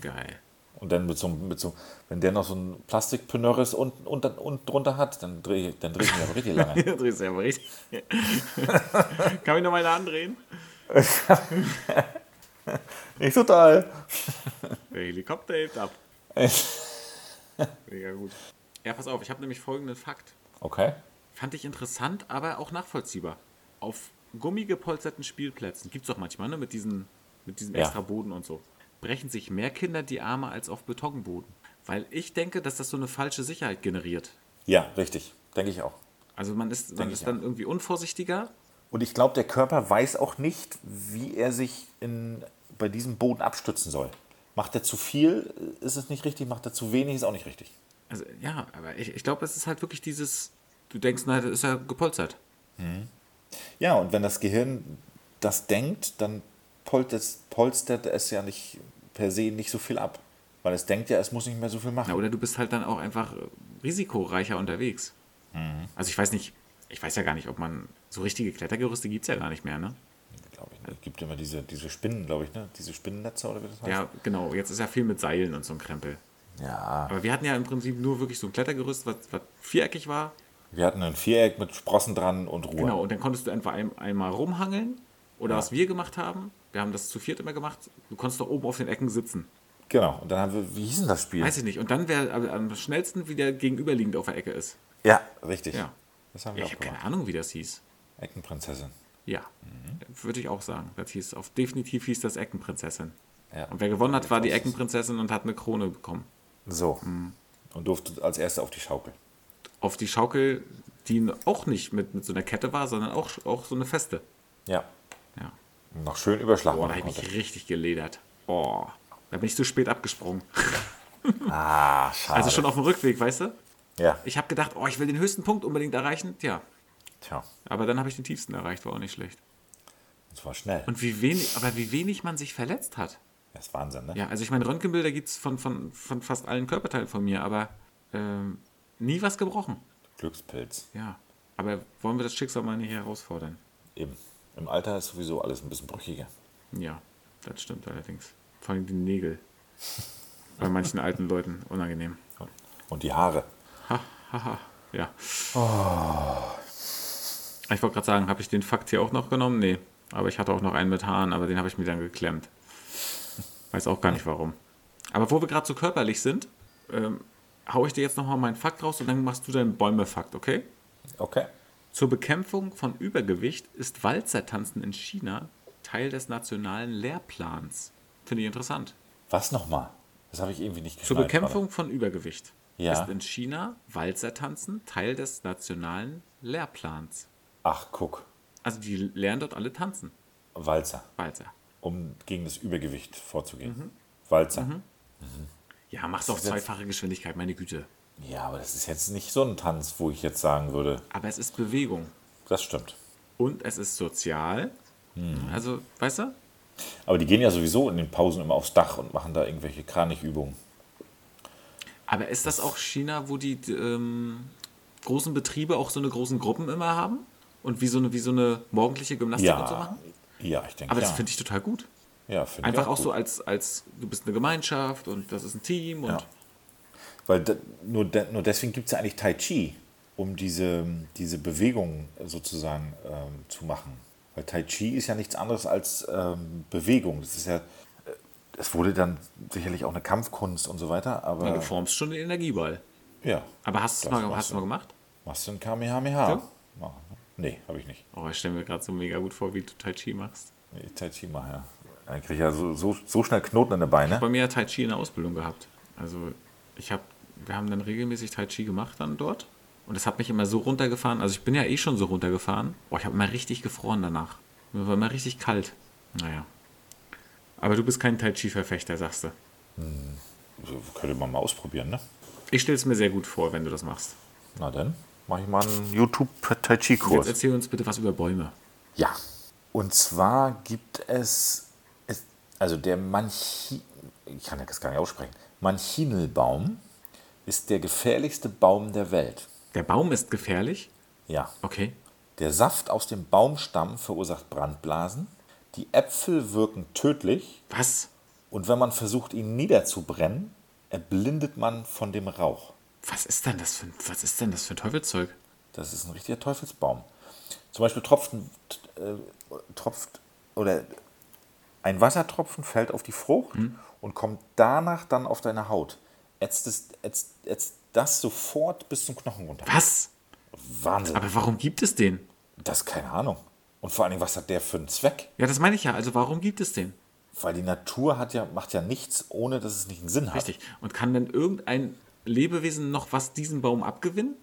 B: Geil. *laughs*
A: Und dann mit so, einem- mit so wenn der noch so ein Plastikpenörres unten und, und drunter hat, dann drehe ich, dann dreh ich mich aber richtig
B: *laughs*
A: lange.
B: Ja, drehst du ja aber richtig. Kann ich noch meine andrehen?
A: ich total.
B: Der Helikopter hebt
A: *laughs*
B: ab. Mega gut. Ja, pass auf, ich habe nämlich folgenden Fakt.
A: Okay.
B: Fand ich interessant, aber auch nachvollziehbar. Auf gummigepolsterten Spielplätzen, gibt's doch manchmal, ne, mit, diesen, mit diesem
A: Ja.
B: extra Boden und so, brechen sich mehr Kinder die Arme als auf Betonboden. Weil ich denke, dass das so eine falsche Sicherheit generiert.
A: Ja, richtig. Denke ich auch.
B: Also man ist, man
A: Denk
B: ist
A: ich
B: dann irgendwie unvorsichtiger.
A: Und ich glaube, der Körper weiß auch nicht, wie er sich in, bei diesem Boden abstützen soll. Macht er zu viel, äh, ist es nicht richtig. Macht er zu wenig, ist auch nicht richtig.
B: Also ja, aber ich, ich glaube, es ist halt wirklich dieses, du denkst, na, das ist ja gepolstert.
A: Ja, und wenn das Gehirn das denkt, dann polstert, polstert es ja nicht per se nicht so viel ab. Weil es denkt ja, es muss nicht mehr so viel machen.
B: Ja, oder du bist halt dann auch einfach äh, risikoreicher unterwegs. Also ich weiß nicht, ich weiß ja gar nicht, ob man so richtige Klettergerüste gibt es ja gar nicht mehr, ne?
A: Glaub ich, ne? Es gibt immer diese, diese Spinnen, glaube ich, ne? Diese Spinnennetze oder wie das heißt.
B: Ja, genau. Jetzt ist ja viel mit Seilen und so ein Krempel.
A: ja.
B: Aber wir hatten ja im Prinzip nur wirklich so ein Klettergerüst, was, was viereckig war.
A: Wir hatten ein Viereck mit Sprossen dran und Ruhe.
B: Genau, und dann konntest du einfach ein, einmal rumhangeln. Oder was wir gemacht haben, wir haben das zu viert immer gemacht, du konntest doch oben auf den Ecken sitzen.
A: Genau. Und dann haben wir, wie hieß denn das Spiel?
B: Weiß ich nicht. Und dann wäre am- am schnellsten, wie der gegenüberliegend auf der Ecke ist.
A: ja, richtig.
B: Ja.
A: Das haben wir
B: Ja, ich
A: auch
B: habe keine
A: gemacht.
B: Ahnung, wie das hieß.
A: Eckenprinzessin.
B: Ja, würde ich auch sagen. Das hieß auf definitiv hieß das Eckenprinzessin.
A: Ja.
B: Und wer gewonnen hat, war die Eckenprinzessin und hat eine Krone bekommen.
A: So.
B: Mhm.
A: Und durfte als Erster auf die Schaukel.
B: Auf die Schaukel, die auch nicht mit, mit so einer Kette war, sondern auch, auch so eine feste.
A: Ja.
B: Ja.
A: Noch schön überschlagen.
B: Boah, da habe ich mich richtig geledert. Boah, da bin ich zu spät abgesprungen.
A: Ah, schade.
B: *laughs* Also schon auf dem Rückweg, weißt du?
A: ja.
B: Ich habe gedacht, oh, ich will den höchsten Punkt unbedingt erreichen. Tja,
A: Tja,
B: aber dann habe ich den tiefsten erreicht, war auch nicht schlecht.
A: das war schnell.
B: Und wie wenig, aber wie wenig man sich verletzt hat.
A: Das ist Wahnsinn, ne?
B: Ja, also ich meine, Röntgenbilder gibt es von, von, von fast allen Körperteilen von mir, aber ähm, nie was gebrochen.
A: Glückspilz.
B: Ja. Aber wollen wir das Schicksal mal nicht herausfordern?
A: Eben. Im Alter ist sowieso alles ein bisschen brüchiger.
B: Ja, das stimmt allerdings. Vor allem die Nägel. Bei manchen alten Leuten unangenehm.
A: Und die Haare.
B: Haha, ja. Ich wollte gerade sagen, habe ich den Fakt hier auch noch genommen? Nee. Aber ich hatte auch noch einen mit Haaren, aber den habe ich mir dann geklemmt. Weiß auch gar nicht warum. Aber wo wir gerade so körperlich sind, ähm, hau ich dir jetzt nochmal meinen Fakt raus und dann machst du deinen Bäume-Fakt, okay?
A: Okay.
B: Zur Bekämpfung von Übergewicht ist Walzertanzen in China Teil des nationalen Lehrplans. Finde ich interessant.
A: Was nochmal? Das habe ich irgendwie nicht
B: Zur
A: geschnallt
B: Bekämpfung von Übergewicht
A: Ja.
B: ist in China Walzertanzen Teil des nationalen Lehrplans.
A: gerade. Ach, guck.
B: Also die lernen dort alle tanzen.
A: Walzer.
B: Walzer.
A: Um gegen das Übergewicht vorzugehen.
B: Mhm.
A: Walzer.
B: Ja, machst auch
A: ist jetzt-
B: zweifache Geschwindigkeit, meine Güte.
A: Ja, aber das ist jetzt nicht so ein Tanz, wo ich jetzt sagen würde,
B: Aber es ist Bewegung.
A: das stimmt.
B: Und es ist sozial.
A: Mhm.
B: Also, weißt du?
A: Aber die gehen ja sowieso in den Pausen immer aufs Dach und machen da irgendwelche Kranichübungen.
B: Aber ist das auch China, wo die d- ähm, großen Betriebe auch so eine großen Gruppen immer haben? Und wie so eine, wie so eine morgendliche Gymnastik und so
A: Ja.
B: machen?
A: Ja, ich denke
B: Aber
A: ja.
B: das finde ich total gut.
A: ja, find
B: Einfach
A: ich
B: auch
A: gut.
B: so als, als, du bist eine Gemeinschaft und das ist ein Team und
A: Ja. Weil de, nur, de, nur deswegen gibt es ja eigentlich Tai Chi, um diese, diese Bewegung sozusagen ähm, zu machen. Weil Tai Chi ist ja nichts anderes als ähm, Bewegung. Das ist ja, äh, es wurde dann sicherlich auch eine Kampfkunst und so weiter, aber
B: du formst schon den Energieball.
A: ja.
B: Aber hast du es
A: Das
B: mal,
A: machst
B: hast du
A: du.
B: mal gemacht?
A: Machst du ein Kamehameha?
B: Ja.
A: Machen, ne? Nee, habe ich nicht.
B: Oh, ich stelle mir gerade so mega gut vor, wie du Tai Chi machst.
A: Nee, Tai Chi mache ja. Dann kriege ich ja so, so, so schnell Knoten in den Beinen.
B: Bei mir hat Tai Chi in der Ausbildung gehabt. Also ich habe, wir haben dann regelmäßig Tai Chi gemacht dann dort. Und das hat mich immer so runtergefahren. Also ich bin ja eh schon so runtergefahren. Boah, ich habe immer richtig gefroren danach. Mir war immer richtig kalt. Naja. Aber du bist kein Tai Chi-Verfechter, sagst du.
A: So, Könnte man mal ausprobieren, ne?
B: Ich stelle es mir sehr gut vor, wenn du das machst.
A: Na dann mache ich mal einen YouTube-Tai
B: Jetzt
A: Chi-Kurs.
B: erzähl uns bitte was über Bäume.
A: Ja. Und zwar gibt es, es also der Manchi, ich kann das gar nicht aussprechen, Manchinelbaum ist der gefährlichste Baum der Welt.
B: Der Baum ist gefährlich.
A: Ja.
B: Okay.
A: Der Saft aus dem Baumstamm verursacht Brandblasen. Die Äpfel wirken tödlich
B: Was?
A: und wenn man versucht, ihn niederzubrennen, erblindet man von dem Rauch.
B: Was ist denn das für ein, was ist denn das für ein Teufelzeug?
A: Das ist ein richtiger Teufelsbaum. Zum Beispiel tropft, ein- äh, tropft oder ein Wassertropfen fällt auf die Frucht
B: Mhm.
A: und kommt danach dann auf deine Haut. Ätzt, es, ätzt, ätzt das sofort bis zum Knochen runter.
B: Was?
A: Wahnsinn.
B: Aber warum gibt es den?
A: Das keine Ahnung. Und vor allen Dingen, was hat der für einen Zweck?
B: Ja, das meine ich ja. Also warum gibt es den?
A: Weil die Natur hat ja, macht ja nichts, ohne dass es nicht einen Sinn hat.
B: Richtig. Und kann denn irgendein Lebewesen noch was diesem Baum abgewinnen?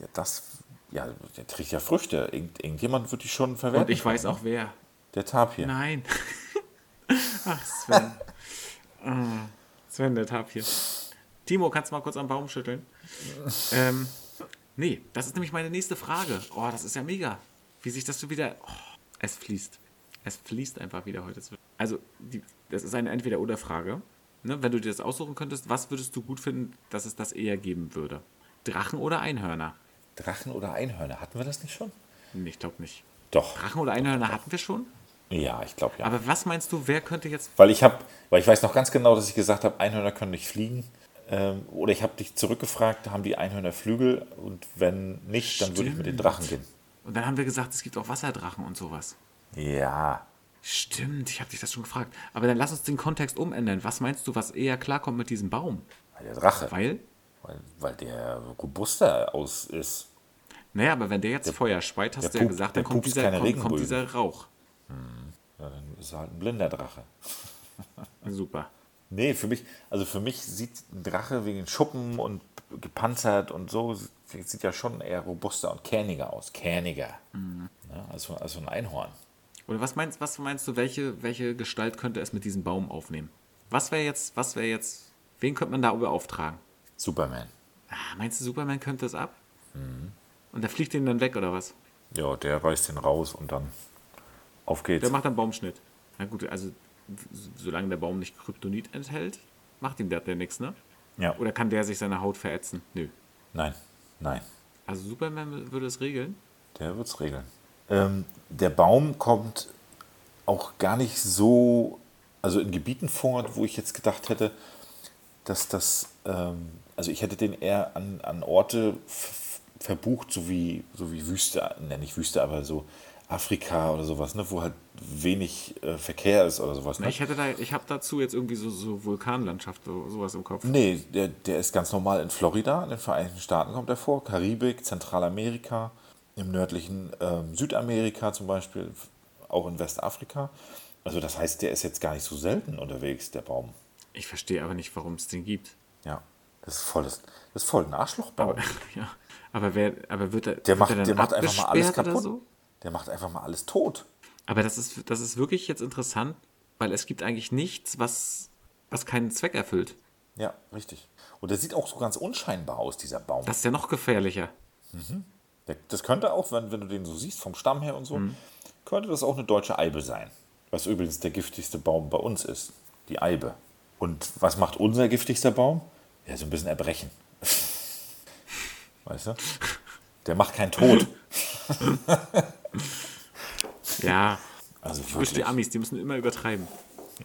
A: Ja, das, ja, der trägt ja Früchte. Irgend, irgendjemand wird die schon verwerten.
B: Und ich weiß auch wer.
A: Der Tapir.
B: Nein. Ach, Sven. Ah, Sven, der Tab hier. Timo, kannst du mal kurz am Baum schütteln? Ähm, nee, das ist nämlich meine nächste Frage. Oh, das ist ja mega. Wie sich das so wieder. Oh, es fließt. Es fließt einfach wieder heute. zurück. Also, die, das ist eine Entweder-Oder-Frage. Ne, wenn du dir das aussuchen könntest, was würdest du gut finden, dass es das eher geben würde? Drachen oder Einhörner?
A: Drachen oder Einhörner? Hatten wir das nicht schon?
B: Nee, ich glaube nicht.
A: Doch.
B: Drachen oder Einhörner hatten wir schon.
A: Ja, ich glaube ja.
B: Aber was meinst du, wer könnte jetzt.
A: Weil ich habe, weil ich weiß noch ganz genau, dass ich gesagt habe, Einhörner können nicht fliegen. Ähm, oder ich habe dich zurückgefragt, haben die Einhörner Flügel? Und wenn nicht, dann würde ich mit den Drachen gehen.
B: Und dann haben wir gesagt, es gibt auch Wasserdrachen und sowas.
A: Ja.
B: Stimmt, ich habe dich das schon gefragt. Aber dann lass uns den Kontext umändern. Was meinst du, was eher klarkommt mit diesem Baum?
A: Weil der Drache. Weil,
B: Weil,
A: weil der robuster aus ist.
B: naja, aber wenn der jetzt Feuer speit, hast
A: der
B: du ja
A: pup-
B: gesagt,
A: der
B: dann kommt
A: pupst
B: dieser,
A: keine
B: kommt, kommt
A: Regenbögen.
B: dieser Rauch.
A: Ja, dann ist er halt ein blinder Drache.
B: Super.
A: Nee, für mich, also für mich sieht ein Drache wegen den Schuppen und gepanzert und so, sieht ja schon eher robuster und kerniger aus. Kerniger. Ja, also, also ein Einhorn.
B: Oder was meinst, was meinst du, welche, welche Gestalt könnte es mit diesem Baum aufnehmen? Was wäre jetzt, was wäre jetzt, wen könnte man da beauftragen?
A: Superman.
B: Ah, meinst du, Superman könnte es ab?
A: Mhm.
B: Und der fliegt den dann weg, oder was?
A: Ja, der reißt den raus und dann auf geht's.
B: Der macht dann Baumschnitt. Na gut, also s- solange der Baum nicht Kryptonit enthält, macht ihm der, der nichts, ne?
A: Ja.
B: Oder kann der sich seine Haut verätzen? Nö.
A: Nein, nein.
B: Also Superman würde es regeln.
A: Der wird's regeln. Ähm, der Baum kommt auch gar nicht so, also in Gebieten vor, wo ich jetzt gedacht hätte, dass das, ähm, also ich hätte den eher an, an Orte f- verbucht, so wie, so wie Wüste, ne, nicht Wüste, aber so Afrika oder sowas, ne, wo halt wenig äh, Verkehr ist oder sowas.
B: Na,
A: Ne?
B: Ich, hätte da, ich habe dazu jetzt irgendwie so, so Vulkanlandschaft oder sowas im Kopf.
A: Nee, der, der ist ganz normal in Florida, in den Vereinigten Staaten kommt er vor, Karibik, Zentralamerika, im nördlichen ähm, Südamerika zum Beispiel, auch in Westafrika. Also das heißt, der ist jetzt gar nicht so selten unterwegs, der Baum.
B: Ich verstehe aber nicht, warum es den gibt. *laughs*
A: Ja, das ist voll, das, das ist voll ein Arschlochbaum.
B: ja. Aber wer, aber wird er,
A: Der
B: wird
A: macht,
B: er dann
A: der macht einfach mal alles
B: abgesperrt oder
A: kaputt.
B: so?
A: Der macht einfach mal alles tot.
B: Aber das ist, das ist wirklich jetzt interessant, weil es gibt eigentlich nichts, was, was keinen Zweck erfüllt.
A: Ja, richtig. Und der sieht auch so ganz unscheinbar aus, dieser Baum.
B: Das ist ja noch gefährlicher.
A: Der, das könnte auch, wenn, wenn du den so siehst, vom Stamm her und so,
B: Mhm.
A: könnte das auch eine deutsche Eibe sein. Was übrigens der giftigste Baum bei uns ist. Die Eibe. Und was macht unser giftigster Baum? Ja, so ein bisschen Erbrechen. *laughs* Weißt du? Der macht keinen Tod.
B: Ja,
A: Also
B: ich wüsste die
A: wirklich.
B: Amis, die müssen immer übertreiben.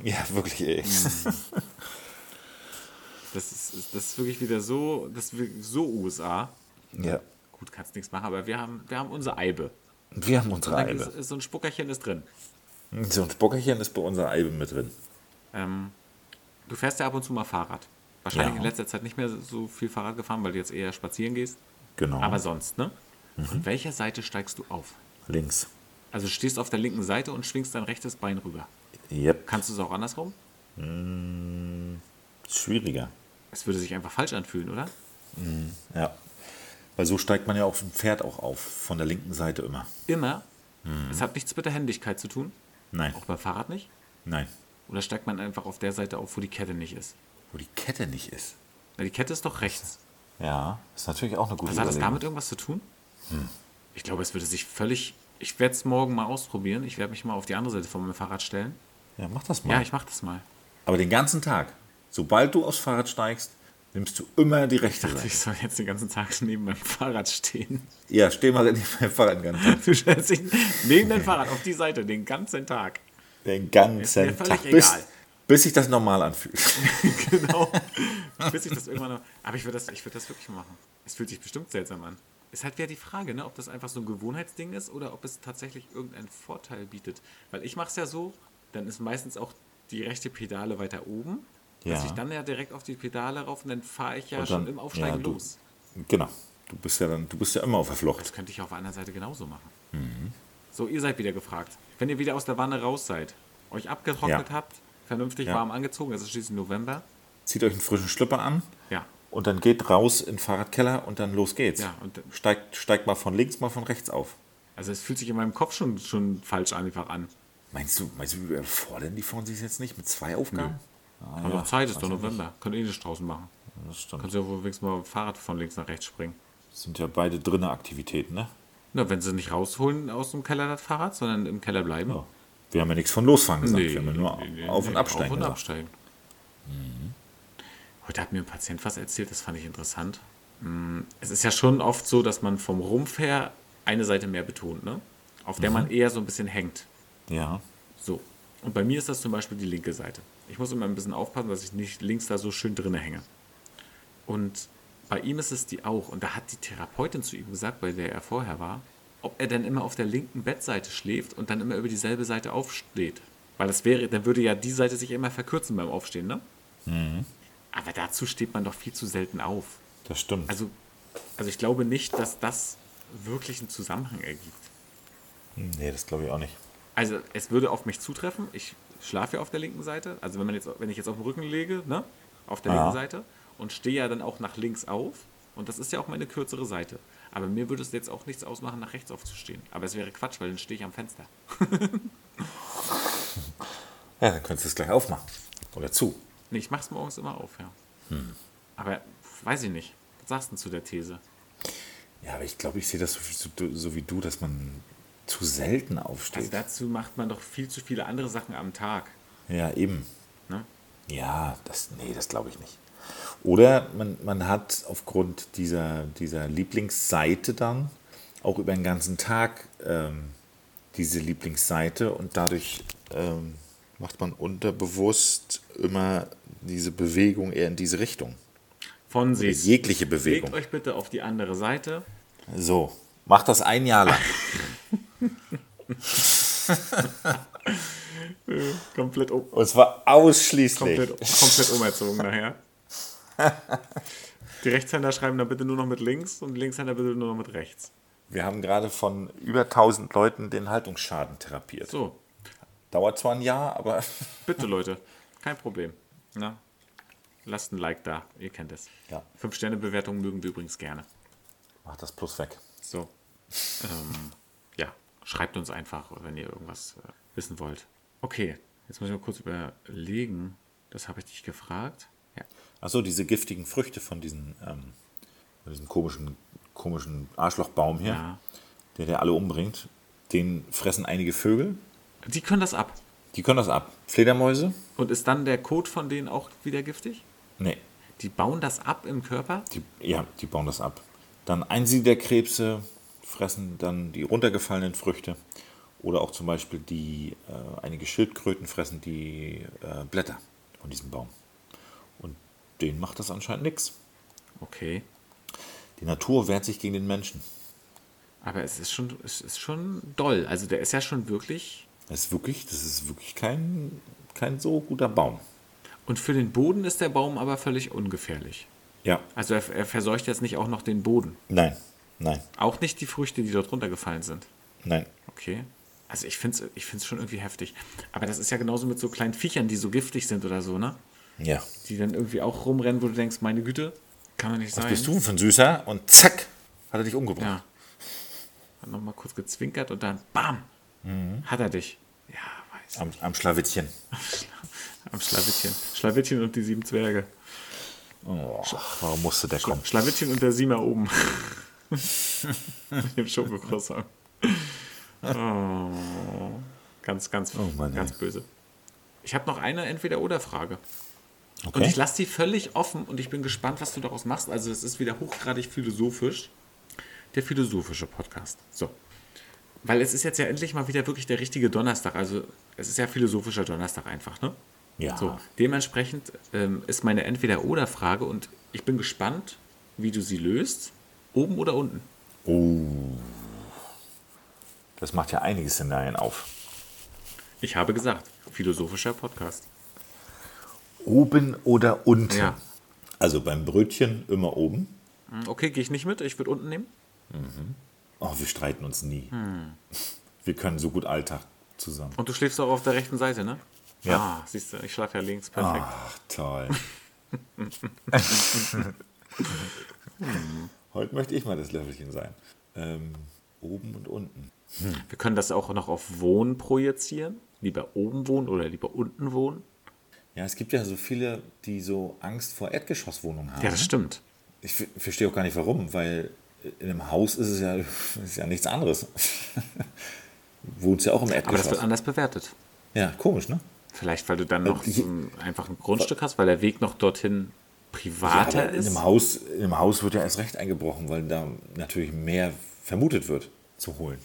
A: Ja, wirklich, ey.
B: Mhm. Das ist, das ist wirklich wieder so, das ist wirklich so USA.
A: Ja.
B: Gut, kannst nichts machen, aber wir haben, wir haben unsere Eibe.
A: Wir haben unsere
B: Dann ist,
A: Eibe.
B: ist so ein Spuckerchen ist drin.
A: So ein Spockerchen ist bei unserer Eibe mit drin.
B: Ähm, du fährst ja ab und zu mal Fahrrad. Wahrscheinlich
A: Ja.
B: in letzter Zeit nicht mehr so viel Fahrrad gefahren, weil du jetzt eher spazieren gehst.
A: Genau.
B: Aber sonst, ne?
A: Mhm.
B: Von welcher Seite steigst du auf?
A: Links.
B: Also stehst auf der linken Seite und schwingst dein rechtes Bein rüber.
A: Yep.
B: Kannst du es auch andersrum?
A: Schwieriger.
B: Es würde sich einfach falsch anfühlen, oder?
A: Ja. Weil so steigt man ja auf dem Pferd auch auf, von der linken Seite immer.
B: Immer.
A: Mhm.
B: Es hat nichts mit der Händigkeit zu tun.
A: Nein,
B: Auch beim Fahrrad nicht.
A: nein.
B: Oder steigt man einfach auf der Seite auf, wo die Kette nicht ist?
A: Wo die Kette nicht ist.
B: Na, die Kette ist doch rechts.
A: Ja, ist natürlich auch eine gute
B: Also hat das
A: Überlegung.
B: damit irgendwas zu tun? Ich glaube, es würde sich völlig. Ich werde es morgen mal ausprobieren. Ich werde mich mal auf die andere Seite von meinem Fahrrad stellen.
A: Ja, mach das mal.
B: Ja, ich mache das mal.
A: Aber den ganzen Tag. Sobald du aufs Fahrrad steigst, nimmst du immer die rechte Seite.
B: *laughs* Ich soll jetzt den ganzen Tag neben meinem Fahrrad stehen. *laughs*
A: Ja, steh mal neben meinem *laughs* Fahrrad den ganzen Tag.
B: Du stellst dich neben dein Fahrrad auf die Seite den ganzen Tag.
A: Den
B: Ist
A: ganzen
B: mir völlig
A: Tag. Bis,
B: egal.
A: bis sich das normal anfühlt. *laughs*
B: Genau. *laughs* Bis ich das irgendwann noch. Aber ich würde das, ich würd das wirklich machen. Es fühlt sich bestimmt seltsam an. Ist halt wieder die Frage, ne, ob das einfach so ein Gewohnheitsding ist oder ob es tatsächlich irgendeinen Vorteil bietet. Weil ich mache es ja so, dann ist meistens auch die rechte Pedale weiter oben. Ja. Dass
A: Ja.
B: ich dann ja direkt auf die Pedale rauf und dann fahre ich ja
A: Und
B: schon
A: dann-
B: im Aufsteigen
A: ja, du-
B: los.
A: genau. Du bist ja dann, du bist ja immer auf der Flucht.
B: Das könnte ich auf der anderen Seite genauso machen.
A: Mhm.
B: So, ihr seid wieder gefragt. Wenn ihr wieder aus der Wanne raus seid, euch abgetrocknet
A: Ja.
B: habt, vernünftig
A: Ja.
B: warm angezogen, also es ist schließlich November.
A: Zieht euch einen frischen Schlüpper an.
B: Ja,
A: Und dann geht raus in den Fahrradkeller und dann los geht's.
B: Ja, und-
A: steigt, steigt mal von links, mal von rechts auf.
B: also es fühlt sich in meinem Kopf schon, schon falsch einfach an.
A: Meinst du, meinst du, wir überfordern die von sich jetzt nicht mit zwei Aufgaben? Ah,
B: Aber
A: ja,
B: noch Zeit ist
A: weiß
B: doch
A: ich
B: November. Könnt ihr nicht draußen machen.
A: nicht. Das stimmt.
B: Kannst ja wohl wenigstens mal Fahrrad von links nach rechts springen.
A: Das sind ja beide drinnen Aktivitäten, ne?
B: Na, wenn sie nicht rausholen aus dem Keller das Fahrrad, sondern im Keller bleiben.
A: Ja. Wir haben ja nichts von Losfahren gesagt.
B: Nee,
A: wir haben ja nur
B: nee, nee,
A: auf- und
B: nee,
A: absteigen Mhm.
B: Auf und
A: gesagt.
B: absteigen. Heute hat mir ein Patient was erzählt, das fand ich interessant. Mm, Es ist ja schon oft so, dass man vom Rumpf her eine Seite mehr betont, ne? auf der
A: Mhm.
B: man eher so ein bisschen hängt.
A: Ja.
B: So. Und bei mir ist das zum Beispiel die linke Seite. Ich muss immer ein bisschen aufpassen, dass ich nicht links da so schön drinne hänge. Und bei ihm ist es die auch. Und da hat die Therapeutin zu ihm gesagt, bei der er vorher war, ob er denn immer auf der linken Bettseite schläft und dann immer über dieselbe Seite aufsteht. Weil das wäre, dann würde ja die Seite sich immer verkürzen beim Aufstehen, ne? Aber dazu steht man doch viel zu selten auf.
A: Das stimmt.
B: Also, also ich glaube nicht, dass das wirklich einen Zusammenhang ergibt.
A: Hm, nee, das glaube ich auch nicht.
B: Also es würde auf mich zutreffen. Ich schlafe ja auf der linken Seite. Also wenn man jetzt, wenn ich jetzt auf den Rücken lege, ne, auf der
A: Ja.
B: linken Seite und stehe ja dann auch nach links auf. Und das ist ja auch meine kürzere Seite. Aber mir würde es jetzt auch nichts ausmachen, nach rechts aufzustehen. Aber es wäre Quatsch, weil dann stehe ich am Fenster. *laughs*
A: Ja, dann könntest du es gleich aufmachen. Oder zu.
B: Nee, ich mach's morgens immer auf, ja.
A: Hm.
B: Aber weiß ich nicht. Was sagst du denn zu der These?
A: Ja, aber ich glaube, ich sehe das so, so, so wie du, dass man zu selten
B: Also
A: aufsteht.
B: dazu macht man doch viel zu viele andere Sachen am Tag.
A: ja, eben.
B: Ne?
A: Ja, das, nee, das glaube ich nicht. Oder man, man hat aufgrund dieser, dieser Lieblingsseite dann auch über den ganzen Tag ähm, diese Lieblingsseite und dadurch ähm, macht man unterbewusst immer diese Bewegung eher in diese Richtung.
B: Von sich.
A: Jegliche Bewegung.
B: Legt euch bitte auf die andere Seite.
A: So, macht das ein Jahr
B: *laughs*
A: lang.
B: Komplett, um,
A: Und zwar ausschließlich.
B: komplett, komplett umerzogen nachher. Die Rechtshänder schreiben dann bitte nur noch mit links und die Linkshänder bitte nur noch mit rechts.
A: Wir haben gerade von über 1000 Leuten den Haltungsschaden therapiert.
B: So,
A: Dauert zwar ein Jahr, aber
B: bitte Leute, kein Problem. Na? Lasst ein Like da, ihr kennt es.
A: Ja.
B: Fünf-Sterne-Bewertungen mögen wir übrigens gerne.
A: macht das plus weg.
B: So. ähm, ja, schreibt uns einfach, wenn ihr irgendwas äh, wissen wollt. Okay, jetzt muss ich mal kurz überlegen. Das habe ich dich gefragt. Ja.
A: Achso, diese giftigen Früchte von diesen, ähm, von diesem komischen, komischen Arschlochbaum hier,
B: Ja.
A: der der alle umbringt, den fressen einige Vögel.
B: Die können das ab.
A: Die können das ab. Fledermäuse?
B: Und ist dann der Code von denen auch wieder giftig?
A: Nee,
B: Die bauen das ab im Körper?
A: die, ja, die bauen das ab. Dann Einsiedlerkrebse fressen dann die runtergefallenen Früchte. Oder auch zum Beispiel die, äh, einige Schildkröten fressen die äh, Blätter von diesem Baum. Und denen macht das anscheinend nichts.
B: Okay.
A: Die Natur wehrt sich gegen den Menschen.
B: Aber es ist schon, es ist schon doll. Also der ist ja schon wirklich.
A: Das ist wirklich, das ist wirklich kein, kein so guter Baum.
B: Und für den Boden ist der Baum aber völlig ungefährlich.
A: Ja.
B: Also er, er verseucht jetzt nicht auch noch den Boden.
A: Nein, nein,
B: Auch nicht die Früchte, die dort runtergefallen sind.
A: nein.
B: Okay. Also ich finde es ich find's schon irgendwie heftig. Aber das ist ja genauso mit so kleinen Viechern, die so giftig sind oder so, ne?
A: Ja.
B: Die dann irgendwie auch rumrennen, wo du denkst, meine Güte, kann doch nicht sein.
A: Bist du von süßer und zack, hat er dich umgebracht.
B: Ja. Hat nochmal kurz gezwinkert und dann BAM!
A: Mhm.
B: Hat er dich. Ja, weiß.
A: Am, am Schlawittchen.
B: Am Schlawittchen. Schlawittchen und die sieben Zwerge.
A: Oh, warum musste der kommen?
B: Schlawittchen und der Siemer oben. Mit dem Schokokroissant. Oh. Ganz, ganz,
A: Oh Mann, ey.
B: ganz böse. Ich habe noch eine Entweder-Oder-Frage. Und
A: Okay.
B: ich lasse die völlig offen und ich bin gespannt, was du daraus machst. Also es ist wieder hochgradig philosophisch. Der philosophische Podcast. So. Weil es ist jetzt ja endlich mal wieder wirklich der richtige Donnerstag. Also es ist ja philosophischer Donnerstag einfach, ne?
A: Ja.
B: So, dementsprechend ähm, ist meine Entweder-Oder-Frage und ich bin gespannt, wie du sie löst. Oben oder unten?
A: Oh. Das macht ja einige Szenarien auf.
B: Ich habe gesagt, philosophischer Podcast.
A: Oben oder unten?
B: Ja.
A: Also beim Brötchen immer oben.
B: Hm, Okay, gehe ich nicht mit. Ich würde unten nehmen.
A: Oh, wir streiten uns nie.
B: Hm.
A: Wir können so gut Alltag zusammen.
B: Und du schläfst auch auf der rechten Seite, ne?
A: Ja.
B: Ah, siehst du, ich schlafe ja links. Perfekt.
A: Ach, toll.
B: *laughs*
A: Heute möchte ich mal das Löffelchen sein. Ähm, oben und unten.
B: Wir können das auch noch auf Wohnen projizieren. Lieber oben wohnen oder lieber unten wohnen.
A: Ja, es gibt ja so viele, die so Angst vor Erdgeschosswohnungen haben.
B: Ja, das stimmt.
A: Ich ver- verstehe auch gar nicht warum, weil in einem Haus ist es ja, *laughs* ist ja nichts anderes. *laughs* Wohnst ja auch im
B: Aber das
A: Erdgeschoss.
B: wird anders bewertet.
A: ja, komisch, ne?
B: Vielleicht, weil du dann noch
A: ich-
B: so ein, einfach ein Grundstück hast, weil der Weg noch dorthin privater
A: Aber in
B: ist.
A: einem, Haus, in einem Haus wird ja erst recht eingebrochen, weil da natürlich mehr vermutet wird zu holen.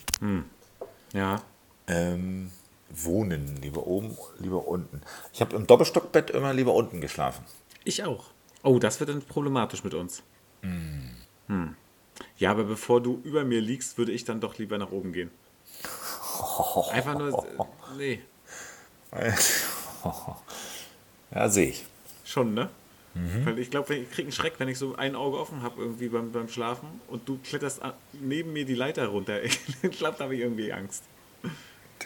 B: Ja.
A: Ähm, wohnen, lieber oben, lieber unten. Ich habe im Doppelstockbett immer lieber unten geschlafen. *laughs*
B: Ich auch. Oh, das wird dann problematisch mit uns. Hm. Ja, aber bevor du über mir liegst, würde ich dann doch lieber nach oben
A: *laughs*
B: gehen. Einfach nur. Nee,
A: Ja, sehe ich.
B: schon, ne?
A: Mhm.
B: Weil ich glaube, ich kriege einen Schreck, wenn ich so ein Auge offen habe irgendwie beim, beim Schlafen und du kletterst a- neben mir die Leiter runter. *laughs* Ich glaube, da habe ich irgendwie Angst.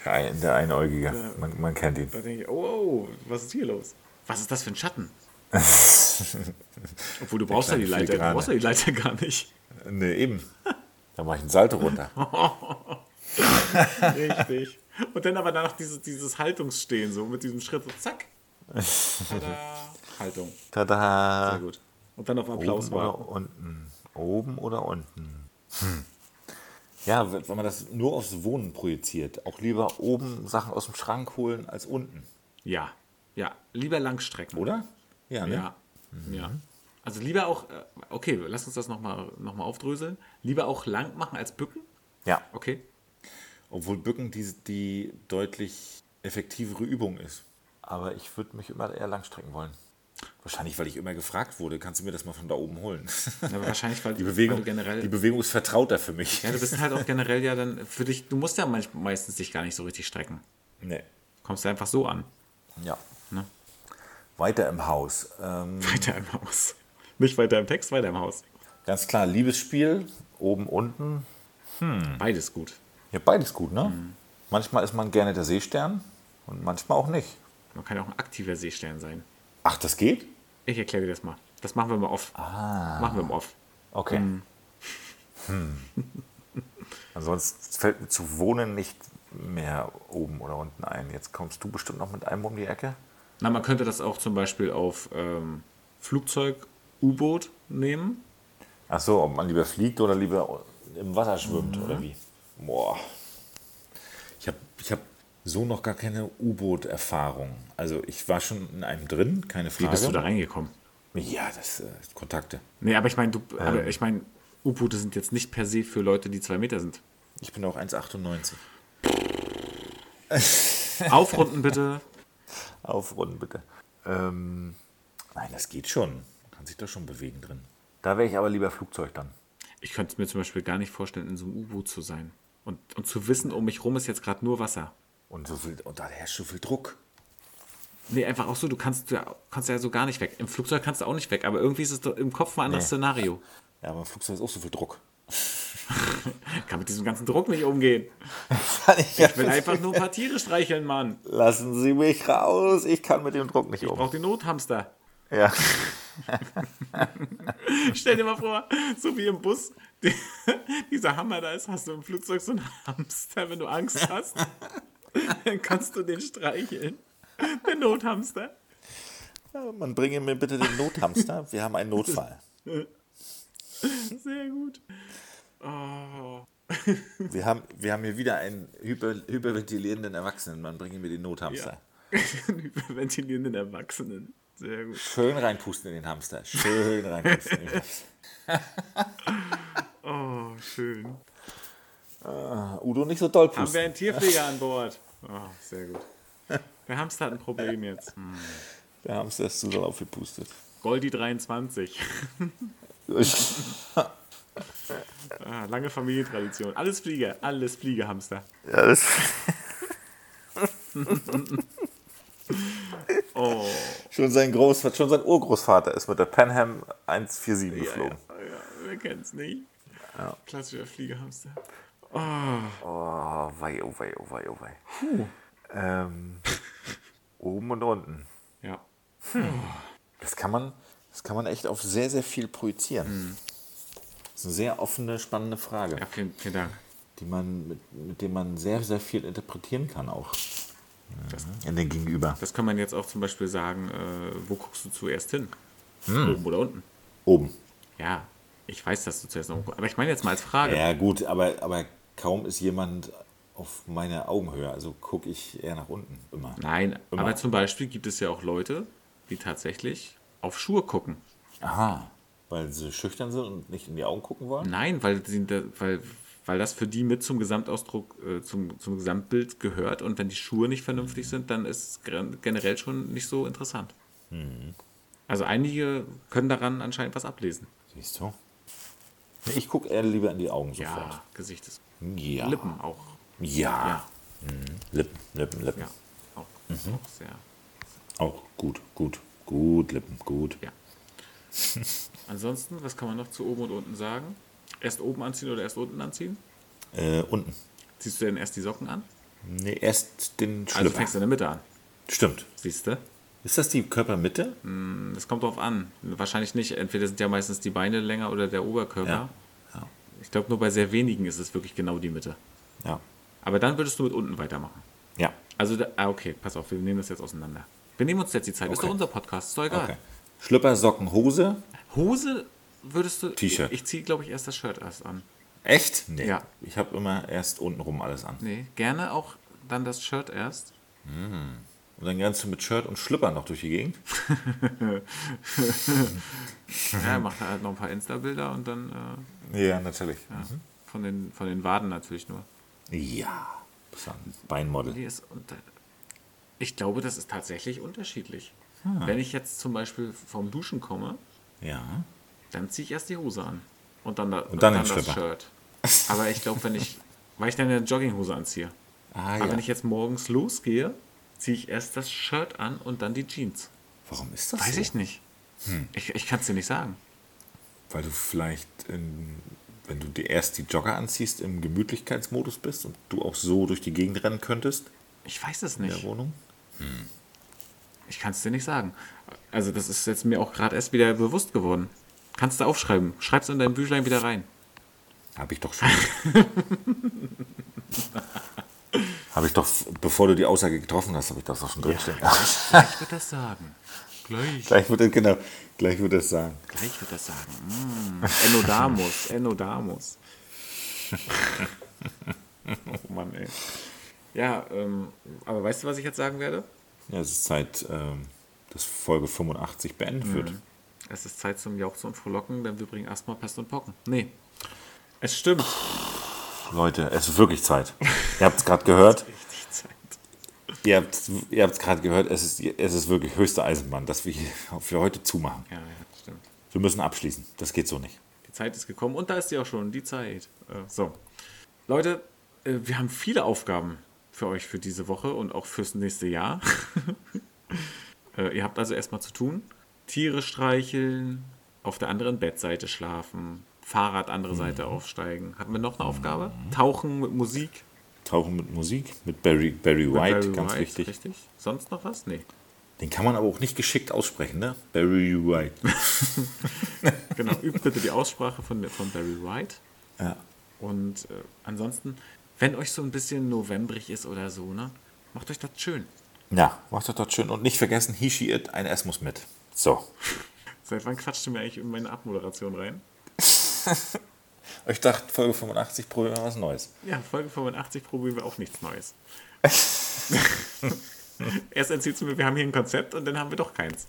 A: Der, Ein- der Einäugige, man, man kennt ihn.
B: Da denke ich, oh, oh, was ist hier los? Was ist das für
A: *laughs*
B: ein Schatten? Obwohl, du brauchst ja
A: kleine
B: die Leiter, du
A: Filigrane.
B: brauchst ja die Leiter gar nicht.
A: Ne, eben. Da mache ich einen Salto runter.
B: Richtig. Und dann aber danach dieses, dieses Haltungsstehen, so mit diesem Schritt, so zack. Tada. Haltung,
A: Tada.
B: sehr gut. Und dann auf Applaus
A: Oben
B: war.
A: oder unten? Oben oder unten? Hm. Ja, w- wenn man das nur aufs Wohnen projiziert, auch lieber oben Sachen aus dem Schrank holen als unten,
B: Ja, ja, lieber Langstrecken.
A: oder? Ja, ne?
B: Ja. ja. Also lieber auch, äh, okay, lass uns das nochmal noch mal aufdröseln. Lieber auch lang machen als bücken.
A: Ja.
B: Okay.
A: Obwohl Bücken die, die deutlich effektivere Übung ist. Aber ich würde mich immer eher langstrecken wollen. Wahrscheinlich, weil ich immer gefragt wurde, kannst du mir das mal von da oben holen?
B: Aber wahrscheinlich,
A: *laughs*
B: weil,
A: Die Bewegung,
B: weil du generell.
A: die Bewegung ist vertrauter für mich.
B: ja, du bist halt auch generell ja dann für dich, du musst ja manch- meistens dich gar nicht so richtig strecken.
A: Nee.
B: Kommst du einfach so an.
A: Ja.
B: Ne?
A: Weiter im Haus. Ähm,
B: Weiter im Haus. Nicht weiter im Text, weiter im Haus.
A: ganz klar, Liebesspiel, oben, unten. Hm.
B: Beides gut.
A: Ja, beides gut, ne? Manchmal ist man gerne der Seestern und manchmal auch nicht.
B: Man kann ja auch ein aktiver Seestern sein.
A: Ach, das geht?
B: Ich erkläre dir das mal. Das machen wir mal off. Machen wir mal off.
A: Okay. Hm. *laughs* Ansonsten fällt mir zu wohnen nicht mehr oben oder unten ein. Jetzt kommst du bestimmt noch mit einem um die Ecke.
B: Na, man könnte das auch zum Beispiel auf ähm, Flugzeug, U-Boot nehmen.
A: Ach so, ob man lieber fliegt oder lieber im Wasser schwimmt oder wie? Boah. Mhm. Ich habe ich hab so noch gar keine U-Boot-Erfahrung. Also ich war schon in einem drin, keine Frage.
B: Wie bist du da reingekommen?
A: Ja, das äh, Kontakte.
B: Nee, aber ich meine, du, aber ich meine, U-Boote sind jetzt nicht per se für Leute, die zwei Meter sind.
A: Ich bin auch 1,98.
B: Aufrunden *laughs* bitte.
A: Aufrunden, bitte. Ähm, nein, das geht schon. Man kann sich da schon bewegen drin. Da wäre ich aber lieber Flugzeug dann.
B: Ich könnte es mir zum Beispiel gar nicht vorstellen, in so einem U-Boot zu sein. Und, und zu wissen, um mich rum ist jetzt gerade nur Wasser.
A: Und, so viel, und da herrscht so viel Druck.
B: Nee, einfach auch so, du kannst ja, kannst ja so gar nicht weg. Im Flugzeug kannst du auch nicht weg, aber irgendwie ist es doch im Kopf mal ein anderes
A: Nee.
B: Szenario.
A: Ja, aber im Flugzeug ist auch so viel Druck. *laughs*
B: Ich kann mit diesem ganzen Druck nicht umgehen.
A: ich
B: Ich will einfach nur ein paar Tiere streicheln, Mann.
A: Lassen Sie mich raus. Ich kann mit dem Druck nicht
B: Ich
A: um.
B: brauche den Nothamster.
A: Ja.
B: Stell dir mal vor, so wie im Bus, die, dieser Hammer da ist, hast du im Flugzeug so einen Hamster, wenn du Angst hast, dann kannst du den streicheln. Der Nothamster.
A: Man bringe mir bitte den Nothamster. Wir haben einen Notfall.
B: Sehr gut. Oh.
A: Wir haben, wir haben hier wieder einen hyper, hyperventilierenden Erwachsenen. Man bringe mir den Nothamster.
B: Ja. *laughs* Den hyperventilierenden Erwachsenen. Sehr gut.
A: Schön reinpusten in den Hamster. Schön reinpusten in den Hamster.
B: Oh, schön.
A: *laughs* Udo nicht so doll
B: Haben wir
A: pusten.
B: einen Tierpfleger an Bord? Oh, sehr gut. Der Hamster hat ein Problem jetzt. Hm.
A: Der Hamster ist zu doll *laughs* aufgepustet.
B: Goldi 23. Ah, lange Familientradition. Alles Flieger, alles Fliegerhamster.
A: Ja, *laughs* das
B: Oh.
A: schon sein Großvater, schon sein Urgroßvater ist mit der Panham 147 geflogen.
B: Ja, ja, wer kennt's nicht? Klassischer Fliegerhamster. Oh,
A: Oh, wei, oh, wei, oh, wei, oh, wei. Ähm, oben und unten.
B: ja.
A: Das kann man, das kann man echt auf sehr, sehr viel projizieren. Das ist eine sehr offene, spannende Frage,
B: Ja, vielen, vielen Dank.
A: die man, mit, mit dem man sehr, sehr viel interpretieren kann auch.
B: Das-
A: In den Gegenüber.
B: Das kann man jetzt auch zum Beispiel sagen, äh, wo guckst du zuerst hin?
A: Hm.
B: Oben oder unten?
A: Oben.
B: Ja, ich weiß, dass du zuerst nach oben guckst. Aber ich meine jetzt mal als Frage.
A: Ja, gut, aber, aber kaum ist jemand auf meine Augenhöhe, also gucke ich eher nach unten immer.
B: Nein,
A: Immer.
B: aber zum Beispiel gibt es ja auch Leute, die tatsächlich auf Schuhe gucken.
A: Aha. Weil sie schüchtern sind und nicht in die Augen gucken wollen?
B: Nein, weil, sie, da- weil, weil das für die mit zum Gesamtausdruck, äh, zum, zum Gesamtbild gehört. Und wenn die Schuhe nicht vernünftig sind, dann ist es gen- generell schon nicht so interessant. Also einige können daran anscheinend was ablesen.
A: Siehst du? Nee, Ich gucke eher lieber in die Augen sofort. Hm,
B: Ja, Gesicht ist.
A: Ja.
B: Lippen auch.
A: Ja.
B: Ja,
A: Lippen, Lippen, Lippen.
B: ja. Auch, auch sehr.
A: Auch gut, gut, gut, Lippen, gut.
B: Ja. Ansonsten, was kann man noch zu oben und unten sagen? Erst oben anziehen oder erst unten anziehen?
A: Äh, unten.
B: Ziehst du denn erst die Socken an?
A: Nee, erst den
B: Also
A: Schlüpper.
B: fängst du in der Mitte an.
A: Stimmt.
B: Siehst du?
A: Ist das die Körpermitte?
B: Hm. Das kommt drauf an. Wahrscheinlich nicht. Entweder sind ja meistens die Beine länger oder der Oberkörper.
A: Ja. Ja.
B: Ich glaube, nur bei sehr wenigen ist es wirklich genau die Mitte.
A: Ja.
B: Aber dann würdest du mit unten weitermachen.
A: Ja.
B: Also, da, ah, okay, pass auf, wir nehmen das jetzt auseinander. Wir nehmen uns jetzt die Zeit. Ist
A: Okay.
B: doch unser Podcast, ist doch egal.
A: Okay. Schlüpper, Socken, Hose.
B: Hose würdest du.
A: T-Shirt.
B: Ich, ich ziehe, glaube ich, erst das Shirt erst an.
A: Echt? Nee.
B: Ja.
A: Ich habe immer erst untenrum alles an.
B: Nee, gerne auch dann das Shirt
A: *laughs*
B: erst.
A: Und dann rennst du mit Shirt und Schlüpper noch durch die Gegend.
B: Ja, mach da halt noch ein paar Insta-Bilder und dann äh,
A: Ja, natürlich.
B: Mhm. von, den, von den Waden natürlich nur.
A: Ja. Bis dann. Beinmodel.
B: Die ist unter. Ich glaube, das ist tatsächlich unterschiedlich.
A: Ah.
B: Wenn ich jetzt zum Beispiel vom Duschen komme,
A: Ja.
B: dann ziehe ich erst die Hose an. Und dann, da, und
A: dann den
B: das
A: Stripper.
B: Shirt. Aber ich glaube,
A: *laughs*
B: wenn ich, weil ich dann eine Jogginghose anziehe.
A: Ah,
B: Aber
A: ja.
B: wenn ich jetzt morgens losgehe, ziehe ich erst das Shirt an und dann die Jeans.
A: Warum ist das
B: Weiß
A: so? Hm.
B: ich nicht. Ich, ich kann es dir nicht sagen.
A: Weil du vielleicht, in, wenn du dir erst die Jogger anziehst, im Gemütlichkeitsmodus bist und du auch so durch die Gegend rennen könntest
B: Ich weiß es
A: in der
B: nicht.
A: Wohnung.
B: Ich kann es dir nicht sagen. Also das ist jetzt mir auch gerade erst wieder bewusst geworden. Kannst du aufschreiben. Schreib's in dein Büchlein
A: *laughs*
B: wieder rein.
A: Habe ich doch
B: *laughs*
A: schon. habe ich doch, bevor du die Aussage getroffen hast, habe ich das doch schon drinstehen.
B: Gleich wird das sagen.
A: *laughs*
B: Gleich.
A: gleich wird das, genau, gleich wird das sagen.
B: Gleich wird das sagen. Mm. *laughs* Enodamus, Enodamus. oh Mann, ey. Ja, ähm, aber weißt du, was ich jetzt sagen werde?
A: Ja, es ist Zeit, ähm, dass Folge 85 beendet
B: Mhm.
A: wird.
B: Es ist Zeit zum Jauchzen und Frohlocken, denn wir bringen Asthma, Pest und Pocken. Nee. Es stimmt.
A: Leute, es ist wirklich Zeit. Ihr habt es gerade gehört.
B: Richtig Zeit.
A: *laughs* Ihr habt es ihr habt's gerade gehört. Es ist, es ist wirklich höchste Eisenbahn, dass wir hier für heute zumachen.
B: Ja, ja, stimmt.
A: Wir müssen abschließen. Das geht so nicht.
B: Die Zeit ist gekommen und da ist sie auch schon, die Zeit. Äh, so. Leute, äh, wir haben viele Aufgaben für euch für diese Woche und auch fürs nächste Jahr. *laughs* äh, ihr habt also erstmal zu tun: Tiere streicheln, auf der anderen Bettseite schlafen, Fahrrad
A: Mhm.
B: andere Seite aufsteigen. Hatten wir noch eine Aufgabe? Tauchen mit Musik.
A: Tauchen mit Musik, mit Barry, Barry White,
B: Barry
A: ganz
B: White,
A: wichtig.
B: richtig. Sonst noch was? Nee.
A: Den kann man aber auch nicht geschickt aussprechen, ne? Barry White. *laughs*
B: Genau, übt bitte die Aussprache von, von Barry White.
A: Ja.
B: Und äh, ansonsten, wenn euch so ein bisschen novembrig ist oder so, ne, macht euch das schön.
A: ja, macht das dort schön. Und nicht vergessen, he, she, it, ein S muss mit. So.
B: Seit wann quatscht ihr mir eigentlich in meine Abmoderation rein?
A: Ich dachte, Folge 85 probieren wir was Neues. *laughs*
B: Ja, Folge 85 probieren wir auch nichts Neues. Erst erzählst du mir, wir haben hier ein Konzept und dann haben wir doch keins.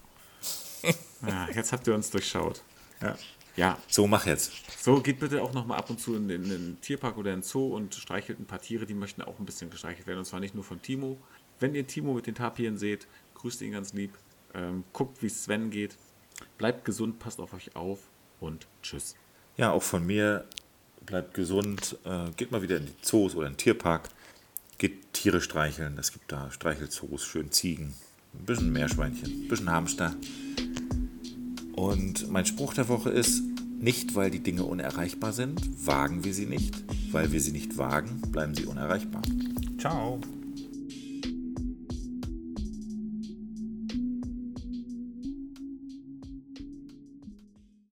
B: Ja, jetzt habt ihr uns durchschaut.
A: Ja.
B: Ja,
A: So, mach jetzt.
B: so geht bitte auch nochmal ab und zu in den, in den Tierpark oder in den Zoo und streichelt ein paar Tiere, die möchten auch ein bisschen gestreichelt werden. Und zwar nicht nur von Timo. Wenn ihr Timo mit den Tapiren seht, grüßt ihn ganz lieb. Ähm, guckt, wie es Sven geht. Bleibt gesund, passt auf euch auf und tschüss.
A: Ja, auch von mir. Bleibt gesund. Äh, geht mal wieder in die Zoos oder in den Tierpark. Geht Tiere streicheln. Es gibt da Streichelzoos, schön Ziegen. Ein bisschen Meerschweinchen, ein bisschen Hamster. Und mein Spruch der Woche ist, nicht weil die Dinge unerreichbar sind, wagen wir sie nicht. Weil wir sie nicht wagen, bleiben sie unerreichbar. Ciao.